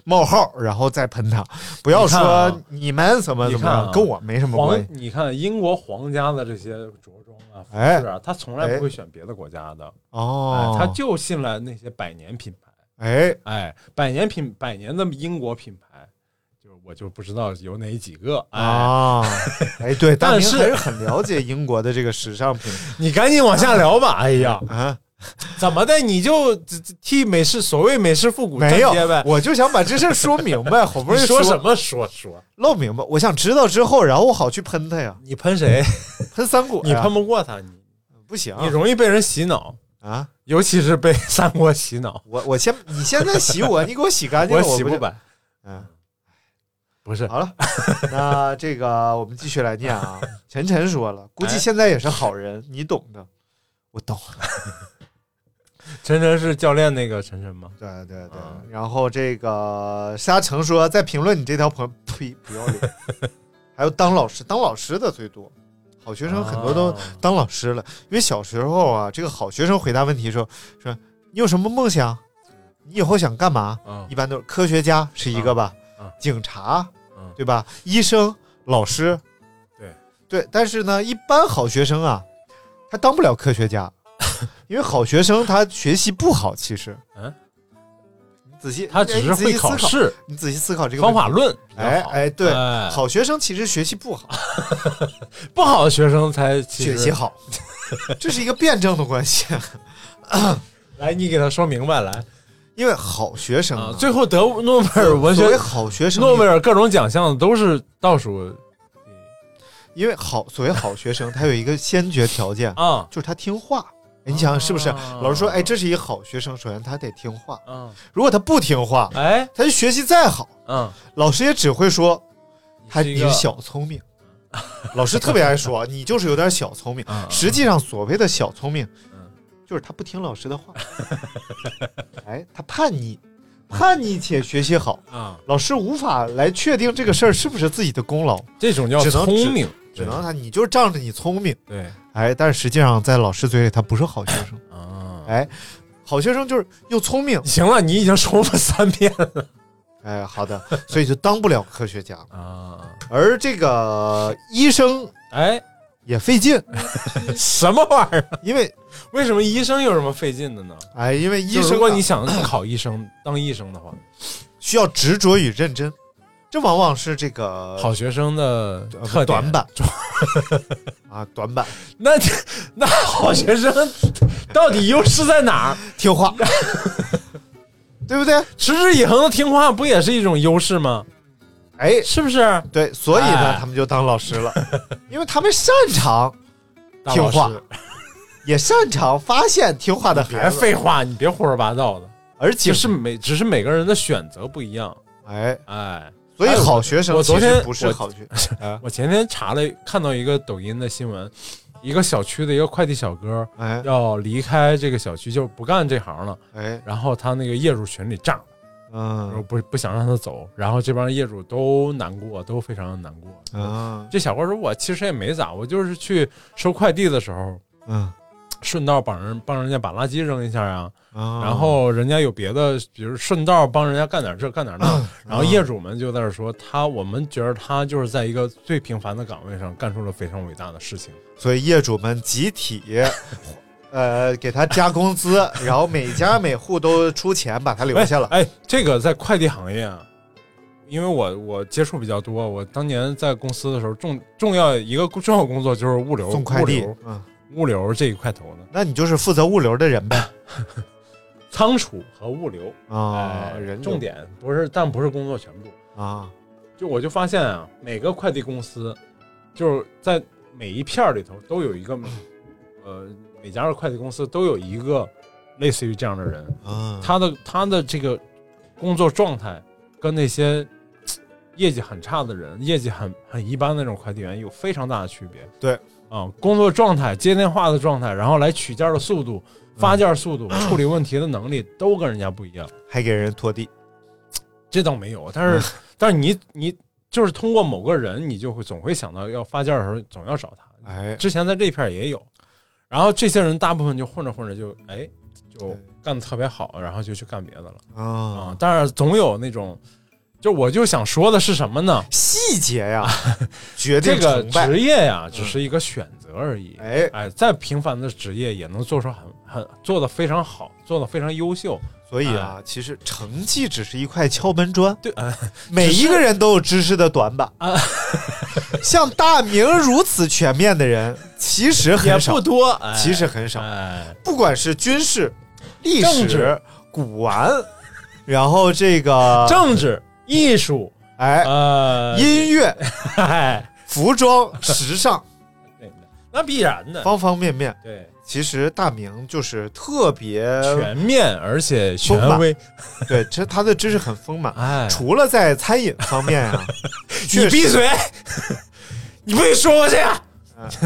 S5: 冒号，然后再喷他，不要
S6: 你看啊
S5: 说你们怎么怎么
S6: 你看
S5: 样，
S6: 啊
S5: 跟我没什么关
S6: 皇
S5: 系。，
S6: 你看英国皇家的这些着装啊、服
S5: 哎
S6: 饰啊，他从来不会选别的国家的，哎
S5: 哦，，
S6: 他就信赖那些百年品牌，
S5: 哎
S6: 哎，百年品百年的英国品牌，就是我就不知道有哪几个，哎，
S5: 啊，哎，对，大
S6: 但
S5: 明
S6: 是
S5: 还是很了解英国的这个时尚 品
S6: 你赶紧往下聊吧，哎呀，
S5: 牌啊。
S6: 怎么的？你就这这替美式所谓美式复古站
S5: 没有
S6: 街呗，？
S5: 我就想把这事儿说明白，好不
S6: 不
S5: 容易
S6: 是说什么说说，
S5: 唠明白，我想知道之后，然后我好去喷他呀，
S6: 你喷谁？
S5: 喷三国呀，
S6: 你喷不过他，你
S5: 不行
S6: 你容易被人洗脑，
S5: 啊。
S6: 尤其是被三国洗脑。
S5: 我我先，你现在洗我，你给我洗干净
S6: 我
S5: 了，
S6: 洗
S5: 不
S6: 不
S5: 是。
S6: 白，
S5: 嗯，
S6: 不是
S5: 好了， 那这个我们继续来念 啊。晨晨说了，估计
S6: 哎
S5: 现在也是好人，你懂的。我懂。
S6: 晨晨是教练那个晨晨吗？
S5: 对对对。
S6: 嗯
S5: 然后这个沙城说，在评论你这条朋呸不要脸，还有当老师，当老师的最多。好学生很多都
S6: 啊
S5: 当老师了，因为小时候啊，这个好学生回答问题说说你有什么梦想？你以后想干嘛？
S6: 嗯
S5: 一般都是科学家是一个吧，
S6: 嗯嗯
S5: 警察，
S6: 嗯
S5: 对吧？医生、老师，
S6: 对
S5: 对。但是呢，一般好学生啊，他当不了科学 家，因为好学生他学习不好，其实，
S6: 嗯，
S5: 你仔细，
S6: 他只
S5: 哎
S6: 是会考，试
S5: 你仔细思考你仔细思考这个
S6: 方
S5: 问题
S6: 法。论比较好，
S5: 哎哎，对，
S6: 哎
S5: 好学生其实学习不好，
S6: 不好的学生才其
S5: 学
S6: 实
S5: 习 好，这是一个辩证的关系。
S6: 来，你给他说明白来
S5: 因为好学生
S6: 啊
S5: 啊！
S6: 最后得诺贝尔文
S5: 所谓
S6: 学、
S5: 好学生，
S6: 诺贝尔各种奖项都是倒数
S5: 因为好所谓好学生，他有一个先决条件，
S6: 啊
S5: 就是他听话。哎你想想是不是？
S6: 啊
S5: 老师说，哎，这是一个好学生，首先他得听话。
S6: 啊！
S5: 如果他不听话，
S6: 哎，
S5: 他学习再好，
S6: 嗯，
S5: 老师也只会说他
S6: 是
S5: 你
S6: 一个
S5: 是小聪明。老师特别爱 说，你就是有点小聪明。
S6: 嗯嗯
S5: 实际上，所谓的小聪明
S6: 嗯，
S5: 就是他不听老师的话。 哎，他叛逆，叛逆且学习好，
S6: 啊，
S5: 老师无法来确定这个事儿是不是自己的功劳，
S6: 这种叫
S5: 只能
S6: 聪明，
S5: 只能他你就是仗着你聪明。
S6: 对
S5: 哎，但是实际上，在老师嘴里，他不是好学生。
S6: 对啊。
S5: 哎，好学生就是又聪 明，
S6: 行了，你已经重复三遍 了
S5: 哎，好的，所以就当不了科学家。
S6: 啊！
S5: 而这个医生
S6: 哎，
S5: 也费 劲，
S6: 什么玩意儿？
S5: 因为
S6: 为什么医生有什么费劲的呢？
S5: 哎，因为医
S6: 就
S5: 生、
S6: 是
S5: 啊、
S6: 如果你想考医生、当医生的话，
S5: 需要执着与认真，这往往是这个
S6: 好学生的
S5: 呃
S6: 特点
S5: 短板啊，短板
S6: 那那好学生 到底优势在哪儿？
S5: 听 话，对不对？
S6: 持之以恒的听话不也是一种优势吗？
S5: 哎，
S6: 是不是？
S5: 对，所以呢，
S6: 哎
S5: 他们就当老师了，因为他们擅长
S6: 大
S5: 听
S6: 老
S5: 话
S6: 师，
S5: 也擅长发现听话的孩
S6: 别
S5: 子，
S6: 废话，你别胡说八道的。
S5: 而且
S6: 只是每只是每个人的选择不一样，
S5: 哎，
S6: 哎。
S5: 所以
S6: 还有
S5: 好学生
S6: 我昨
S5: 其
S6: 天
S5: 实不是
S6: 我
S5: 好学啊，
S6: 我前天查了，看到一个抖音的新闻，一个小区的一个快递小哥
S5: 哎
S6: 要离开这个小区，就是不干这行了。
S5: 哎，
S6: 然后他那个业主群里炸，说
S5: 嗯
S6: 不不想让他走，然后这帮业主都难过，都非常难过。
S5: 嗯
S6: 这小哥说：“我其实也没咋，我就是去收快递的时候，
S5: 嗯，
S6: 顺道帮人帮人家把垃圾扔一下呀、
S5: 然
S6: 然后人家有别的，比如顺道帮人家干点这干点
S5: 嗯
S6: 那，然后业主们就在那说他，我们觉得他就是在一个最平凡的岗位上干出了非常伟大的事情。
S5: 所以业主们集体，呃，给他加工资，然后每家每户都出钱把他留下了。
S6: 哎，哎这个在快递行业啊，因为我我接触比较多，我当年在公司的时候重重要一个重要工作就是物流
S5: 送快递
S6: 物流，
S5: 嗯，
S6: 物流这一块头的。
S5: 那你就是负责物流的人呗。
S6: 仓储和物流
S7: 啊，
S6: 哎
S7: 人
S6: 重点不是，但不是工作全部。
S7: 啊，
S6: 就我就发现啊，每个快递公司就是在每一片儿里头都有一个，呃，每家的快递公司都有一个类似于这样的人，
S7: 嗯，
S6: 他的他的这个工作状态跟那些嘖业绩很差的人、业绩很很一般的那种快递员有非常大的区别。
S7: 对
S6: 啊、工作状态、接电话的状态，然后来取件的速度、
S7: 嗯
S6: 发件速度、处理问题的能力都跟人家不一样。
S7: 还给人拖地，
S6: 这倒没有，但 是、但是你你就是通过某个人，你就会总会想到要发件的时候总要找他。
S7: 哎，
S6: 之前在这片儿也有，然后这些人大部分就混着混着就哎就
S7: 对
S6: 干的特别好，然后就去干别的了。啊
S5: 嗯
S7: 啊，，
S6: 但是总有那种，就我就想说的是什么呢？
S7: 细节 呀，决定
S6: 这个
S7: 成败
S6: 职，业呀、只是一个选择而已。
S5: 嗯
S7: 哎，
S6: 哎，再平凡的职业也能做出很很做的非常好，做的非常优秀。
S5: 所以啊，其实成绩只是一块敲门砖，
S6: 嗯对，哎
S5: 每一个人都有知识的短板
S6: 啊。嗯
S5: 像大明如此全面的人，其实
S6: 也
S5: 很
S6: 不
S5: 少，
S6: 多，哎
S5: 其实很少。
S6: 哎，
S5: 不管是军事、历
S6: 政
S5: 史
S6: 治、
S5: 古玩，然后这个
S6: 政治、艺术，
S5: 哎
S6: 呃，
S5: 音乐、
S6: 哎，
S5: 服 装、时尚，
S6: 对 那必然的，
S5: 方方面面。
S6: 对，
S5: 其实大明就是特别
S6: 全面而且
S5: 丰满
S6: 权威，
S5: 对，这他的知识很丰满。
S6: 哎，
S5: 除了在餐饮方面啊，
S6: 你
S5: 确
S6: 闭
S5: 实
S6: 嘴！ 你不许说我这样，
S5: 啊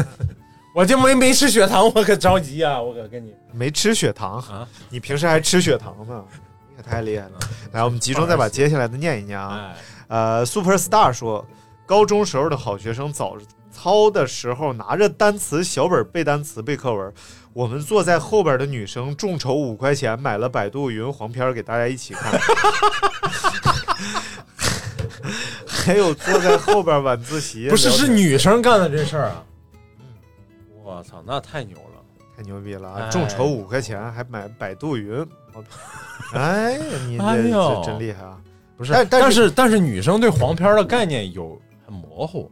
S6: 我这没没吃血糖，我可着急啊！我可跟你
S5: 没吃血糖
S6: 啊，
S5: 你平时还吃血糖呢，你可太厉害了。来，我们集中再把接下来的念一念啊。
S6: 哎，
S5: 呃，Super Star 说，高中时候的好学生，早操的时候拿着单词小本背单词、背课文。我们坐在后边的女生众筹五块钱买了百度云黄片儿给大家一起 看。还有坐在后边晚自习，
S6: 不是是
S5: 女。
S6: 女生干的这事儿啊！我操，那太牛了！
S5: 太牛逼了啊！
S6: 哎
S5: 众筹五块钱还买百度云， 哎，你
S6: 哎
S5: 这
S6: 呦
S5: 这真厉害啊！
S6: 不是，
S5: 但但
S6: 但
S5: 是
S6: 是但是女生对黄片的概念有很模糊，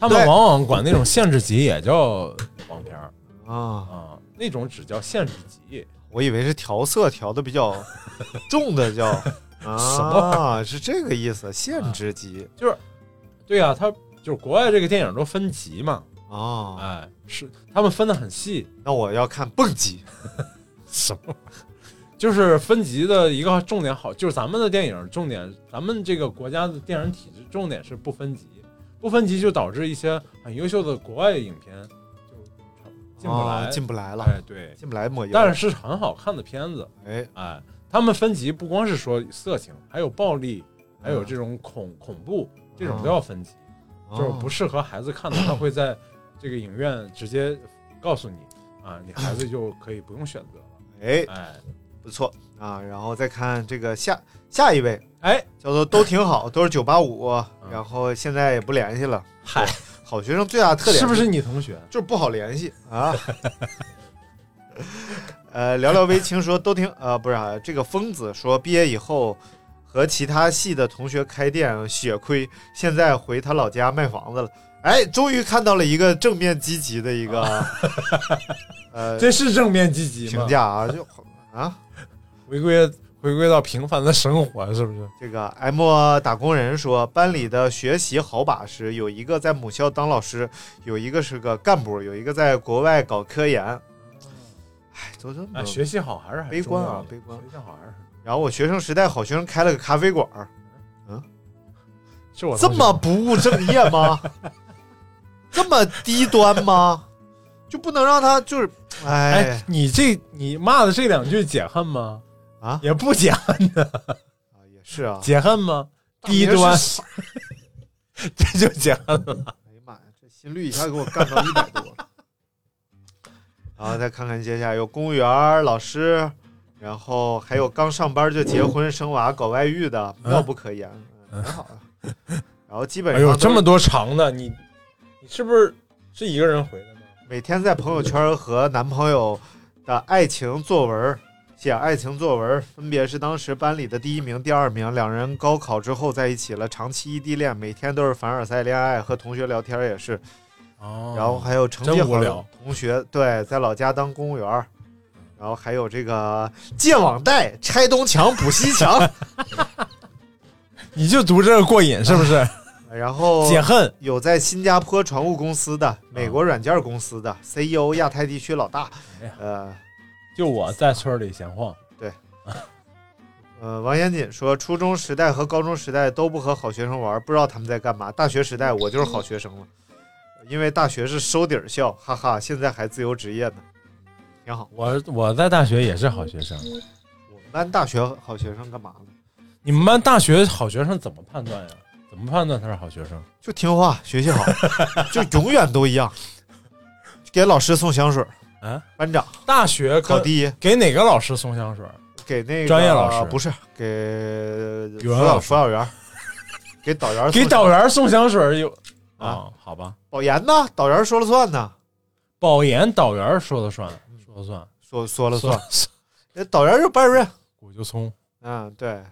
S6: 她们
S5: 对
S6: 往往管那种限制级也叫黄片儿
S5: 啊，
S6: 啊，那种只叫限制级。
S5: 我以为是调色调的比较 重的叫
S6: 什么玩啊
S5: 啊，是这个意思，限制级
S6: 对啊，它就是国外这个电影都分级嘛，
S5: 啊。
S6: 哎，是他们分的 很细。
S5: 那我要看蹦极
S6: 什么？ 就是分级的一个重点好，就是咱们的电影重点，咱们这个国家的电影体制重点是不分级，不分级就导致一些很优秀的国外影片就进不来，
S5: 啊进不来了，
S6: 哎对，
S5: 进不来抹油。
S6: 但是是很好看的片子，
S5: 哎，
S6: 哎，他们分级不光是说色情，还有暴力，还
S5: 嗯
S6: 有这种恐、恐怖这
S5: 哦
S6: 种都要分级，就是不适合孩子看的，他会在这个影院直接告诉你啊，你孩子就可以不用选择了，
S5: 哎
S6: 哎
S5: 不错啊。然后再看这个下下一位
S6: 哎。
S5: 叫做都挺好，都是九八五，然后现在也不联系了。
S6: 啊嗨，
S5: 好学生最大的特点
S6: 是不是你同学？
S5: 就是不好联系啊。 呃，聊聊微青说都挺呃，不是啊，这个疯子说毕业以后和其他系的同学开店血亏，现在回他老家卖房子了。哎，终于看到了一个正面积极的一个、呃
S6: 这是正面积极吗
S5: 评？价啊，就啊，
S6: 回归回归到平凡的生活，是不是？
S5: 这个 M 打工人说，班里的学习好把式有一个在母校当老师，有一个是个干部，有一个在国外搞科研。哎，都这么、
S6: 哎，学习好还是很
S5: 悲观啊
S6: 重要的
S5: 悲观
S6: 学习好还是很
S5: 然后我学生时代好学生开了个咖啡馆儿，
S6: 是我
S5: 这
S6: 同学
S5: 么不务正业 吗？这么低端吗？就不能让他就是，哎
S6: 哎，你这你骂的这两句解恨吗？
S5: 啊
S6: 也不解恨的，
S5: 啊也是啊，
S6: 解恨吗？低
S5: 大明
S6: 端
S5: 是，傻
S6: 这就解恨了。
S5: 哎呀妈呀，这心率一下给我干到一百多了。然后再看看接下来有公务员儿、老师，然后还有刚上班就结婚生娃搞外遇的，妙不可言，嗯很好啊。然后基本
S6: 哎
S5: 上
S6: 呦，
S5: 都是
S6: 这么多长的，你你是不是是一个人回来吗？
S5: 每天在朋友圈和男朋友的爱情作文，写爱情作文，分别是当时班里的第一名、第二名。两人高考之后在一起了，长期异地恋，每天都是凡尔赛恋爱，和同学聊天也是。
S6: 哦
S5: 然后还有成绩
S6: 真无
S5: 好的
S6: 聊
S5: 同学，对，在老家当公务员。然然后还有这个借网贷、拆东墙补西 墙，
S6: 你就读这个过瘾是不是？
S5: 然后
S6: 解恨
S5: 有在新加坡船务公司
S6: 啊
S5: 的、美国软件公司的 CEO、亚太地区老大
S6: 哎呀，
S5: 呃
S6: 就我在村里闲晃，
S5: 呃，王严谨说，初中时代和高中时代都不和好学生玩，不知道他们在干嘛。大学时代我就是好学生了，因为大学是收底儿校，哈哈，现在还自由职业呢，挺好。
S6: 我我在大学也是好学生。
S5: 我们班大学好学生干嘛呢？
S6: 你们班大学好学生怎么判断呀？怎么判断他是好学生？
S5: 就听话，学习好， 就永远都一样。给老师送香水，
S6: 啊，
S5: 班长
S6: 大学
S5: 考
S6: 跟
S5: 第一，
S6: 给哪个老师送香水？
S5: 给那个
S6: 专业老师
S5: 不是给
S6: 语
S5: 辅
S6: 文
S5: 导
S6: 老师
S5: 辅导员，给导员
S6: 给
S5: 送
S6: 导员送香水有
S5: 啊
S6: 啊？好吧，
S5: 保研呢？导员说了算呢，
S6: 保研导员说了算，说了算，
S5: 说说了
S6: 说
S5: 算。那导员就是班主任，
S6: 我就聪。
S5: 嗯，对，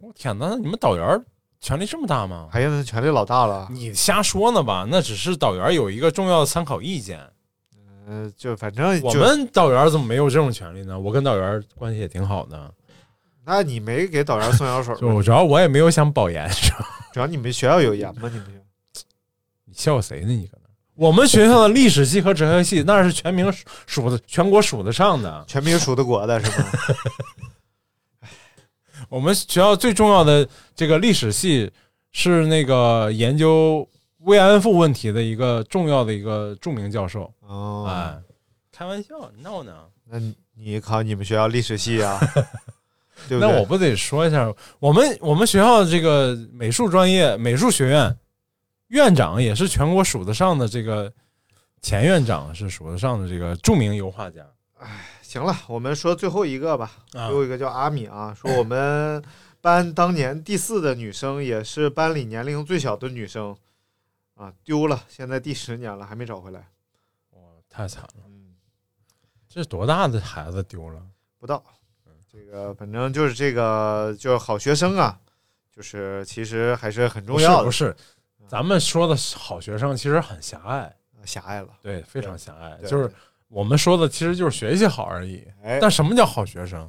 S6: 我天哪，你们导员权力这么大吗？
S5: 哎呀，那权力老大了，
S6: 你瞎说呢吧？那只是导员有一个重要的参考意见。
S5: 嗯，就反正
S6: 我
S5: 就，
S6: 们导员怎么没有这种权利呢？我跟导员关系也挺好的，，
S5: 那你没给导员送香水
S6: 就主要我也没有想保研，是吧？
S5: 主要你们学校有研吗？你们学校
S6: 你笑谁呢？你搁那儿？我们学校的历史系和哲学系那是全民数数的，全国数得上的。
S5: 全民数得国的是吗？
S6: 我们学校最重要的这个历史系是那个研究慰安妇问题的一个重要的一个著名教授。
S5: 哦，
S6: 哎，开玩笑，闹呢？
S5: 那你考你们学校历史系 啊？对不对？
S6: 那我不得说一下，我们我们学校这个美术专业，美术学院院长也是全国数得上的这个前院长，是数得上的这个著名油画家。
S5: 行了，我们说最后一个吧，
S6: 啊
S5: 最后一个叫阿米啊，说我们班当年第四的女生，也是班里年龄最小的女生啊，丢了，现在第十年了还没找回来，
S6: 哇，太惨了！
S5: 嗯，
S6: 这多大的孩子丢了？
S5: 不到，嗯这个反正就是这个就是好学生啊，就是其实还是很
S6: 不
S5: 重
S6: 是
S5: 要的，嗯
S6: 不是，咱们说的好学生其实很狭隘，
S5: 呃狭隘了，
S6: 对，非常狭隘。
S5: 对
S6: 就是我们说的其实就是学习好而已。
S5: 哎，
S6: 但什么叫好学生？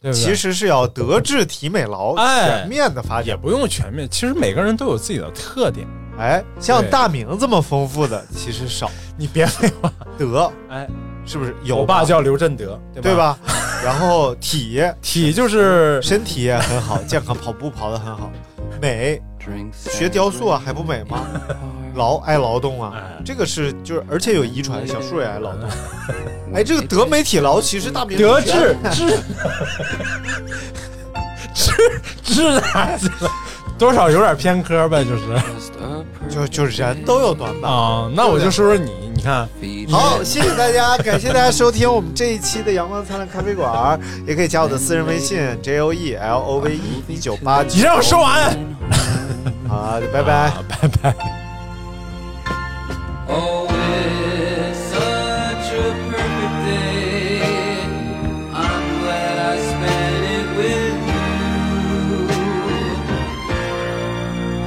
S6: 对不对？
S5: 其实啊是要德智体美劳
S6: 哎
S5: 全面的发展，
S6: 也不用全面，其实每个人都有自己的特点。
S5: 哎，像
S6: 对
S5: 大明这么丰富的其实少，
S6: 你别废 话，
S5: 德
S6: 哎，
S5: 是不是有
S6: 我爸叫刘振德，
S5: 对
S6: 对？
S5: 吧？ 然后体
S6: 体就是
S5: 身体也很好，健康，跑步跑得很好，美，学雕塑啊还不美 吗？劳爱劳动啊
S6: 哎，
S5: 这个是就是，而且有遗传，小树也爱劳 动。哎，这个德美体劳其实大名
S6: 德智智智 智哪去 了？多少有点偏科呗，就是
S5: 就就人都有短板。
S6: 啊。那我就说说你，你看，
S5: 好，谢谢大家，感谢大家收听我们这一期的阳光灿烂咖啡馆，也可以加我的私人微信 j o e l o v e 一九八九。
S6: 你让我说完。
S5: 好，拜啊拜。
S4: Oh, it's such a perfect day. I'm glad I spent it with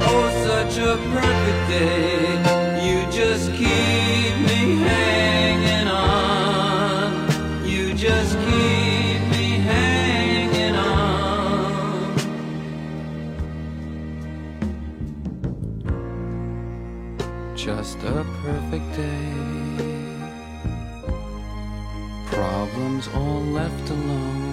S4: you. Oh, such a perfect day. You just keep me hanging on. You just keep me hanging on. just a perfect day. Problems all left alone.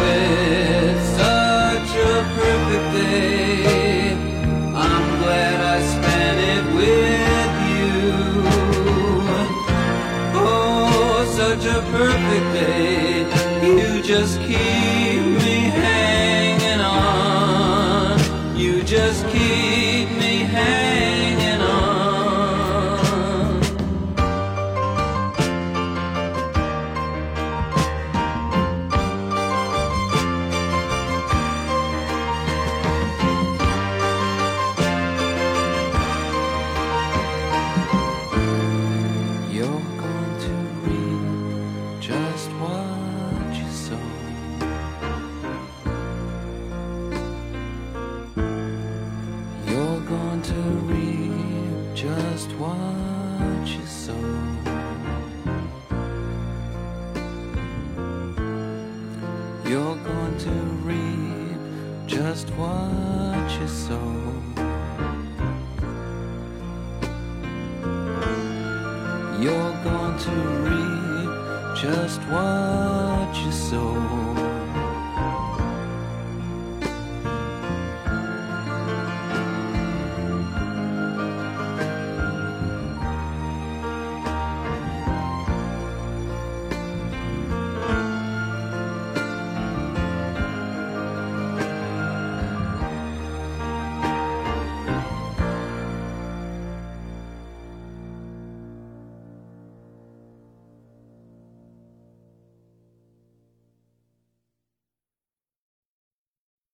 S4: it's such a perfect day. I'm glad I spent it with you. Oh, such a perfect day. You just keep me hanging on. You just keep me hanging on. You're going to reap just what you sow. You're going to reap just what you sow.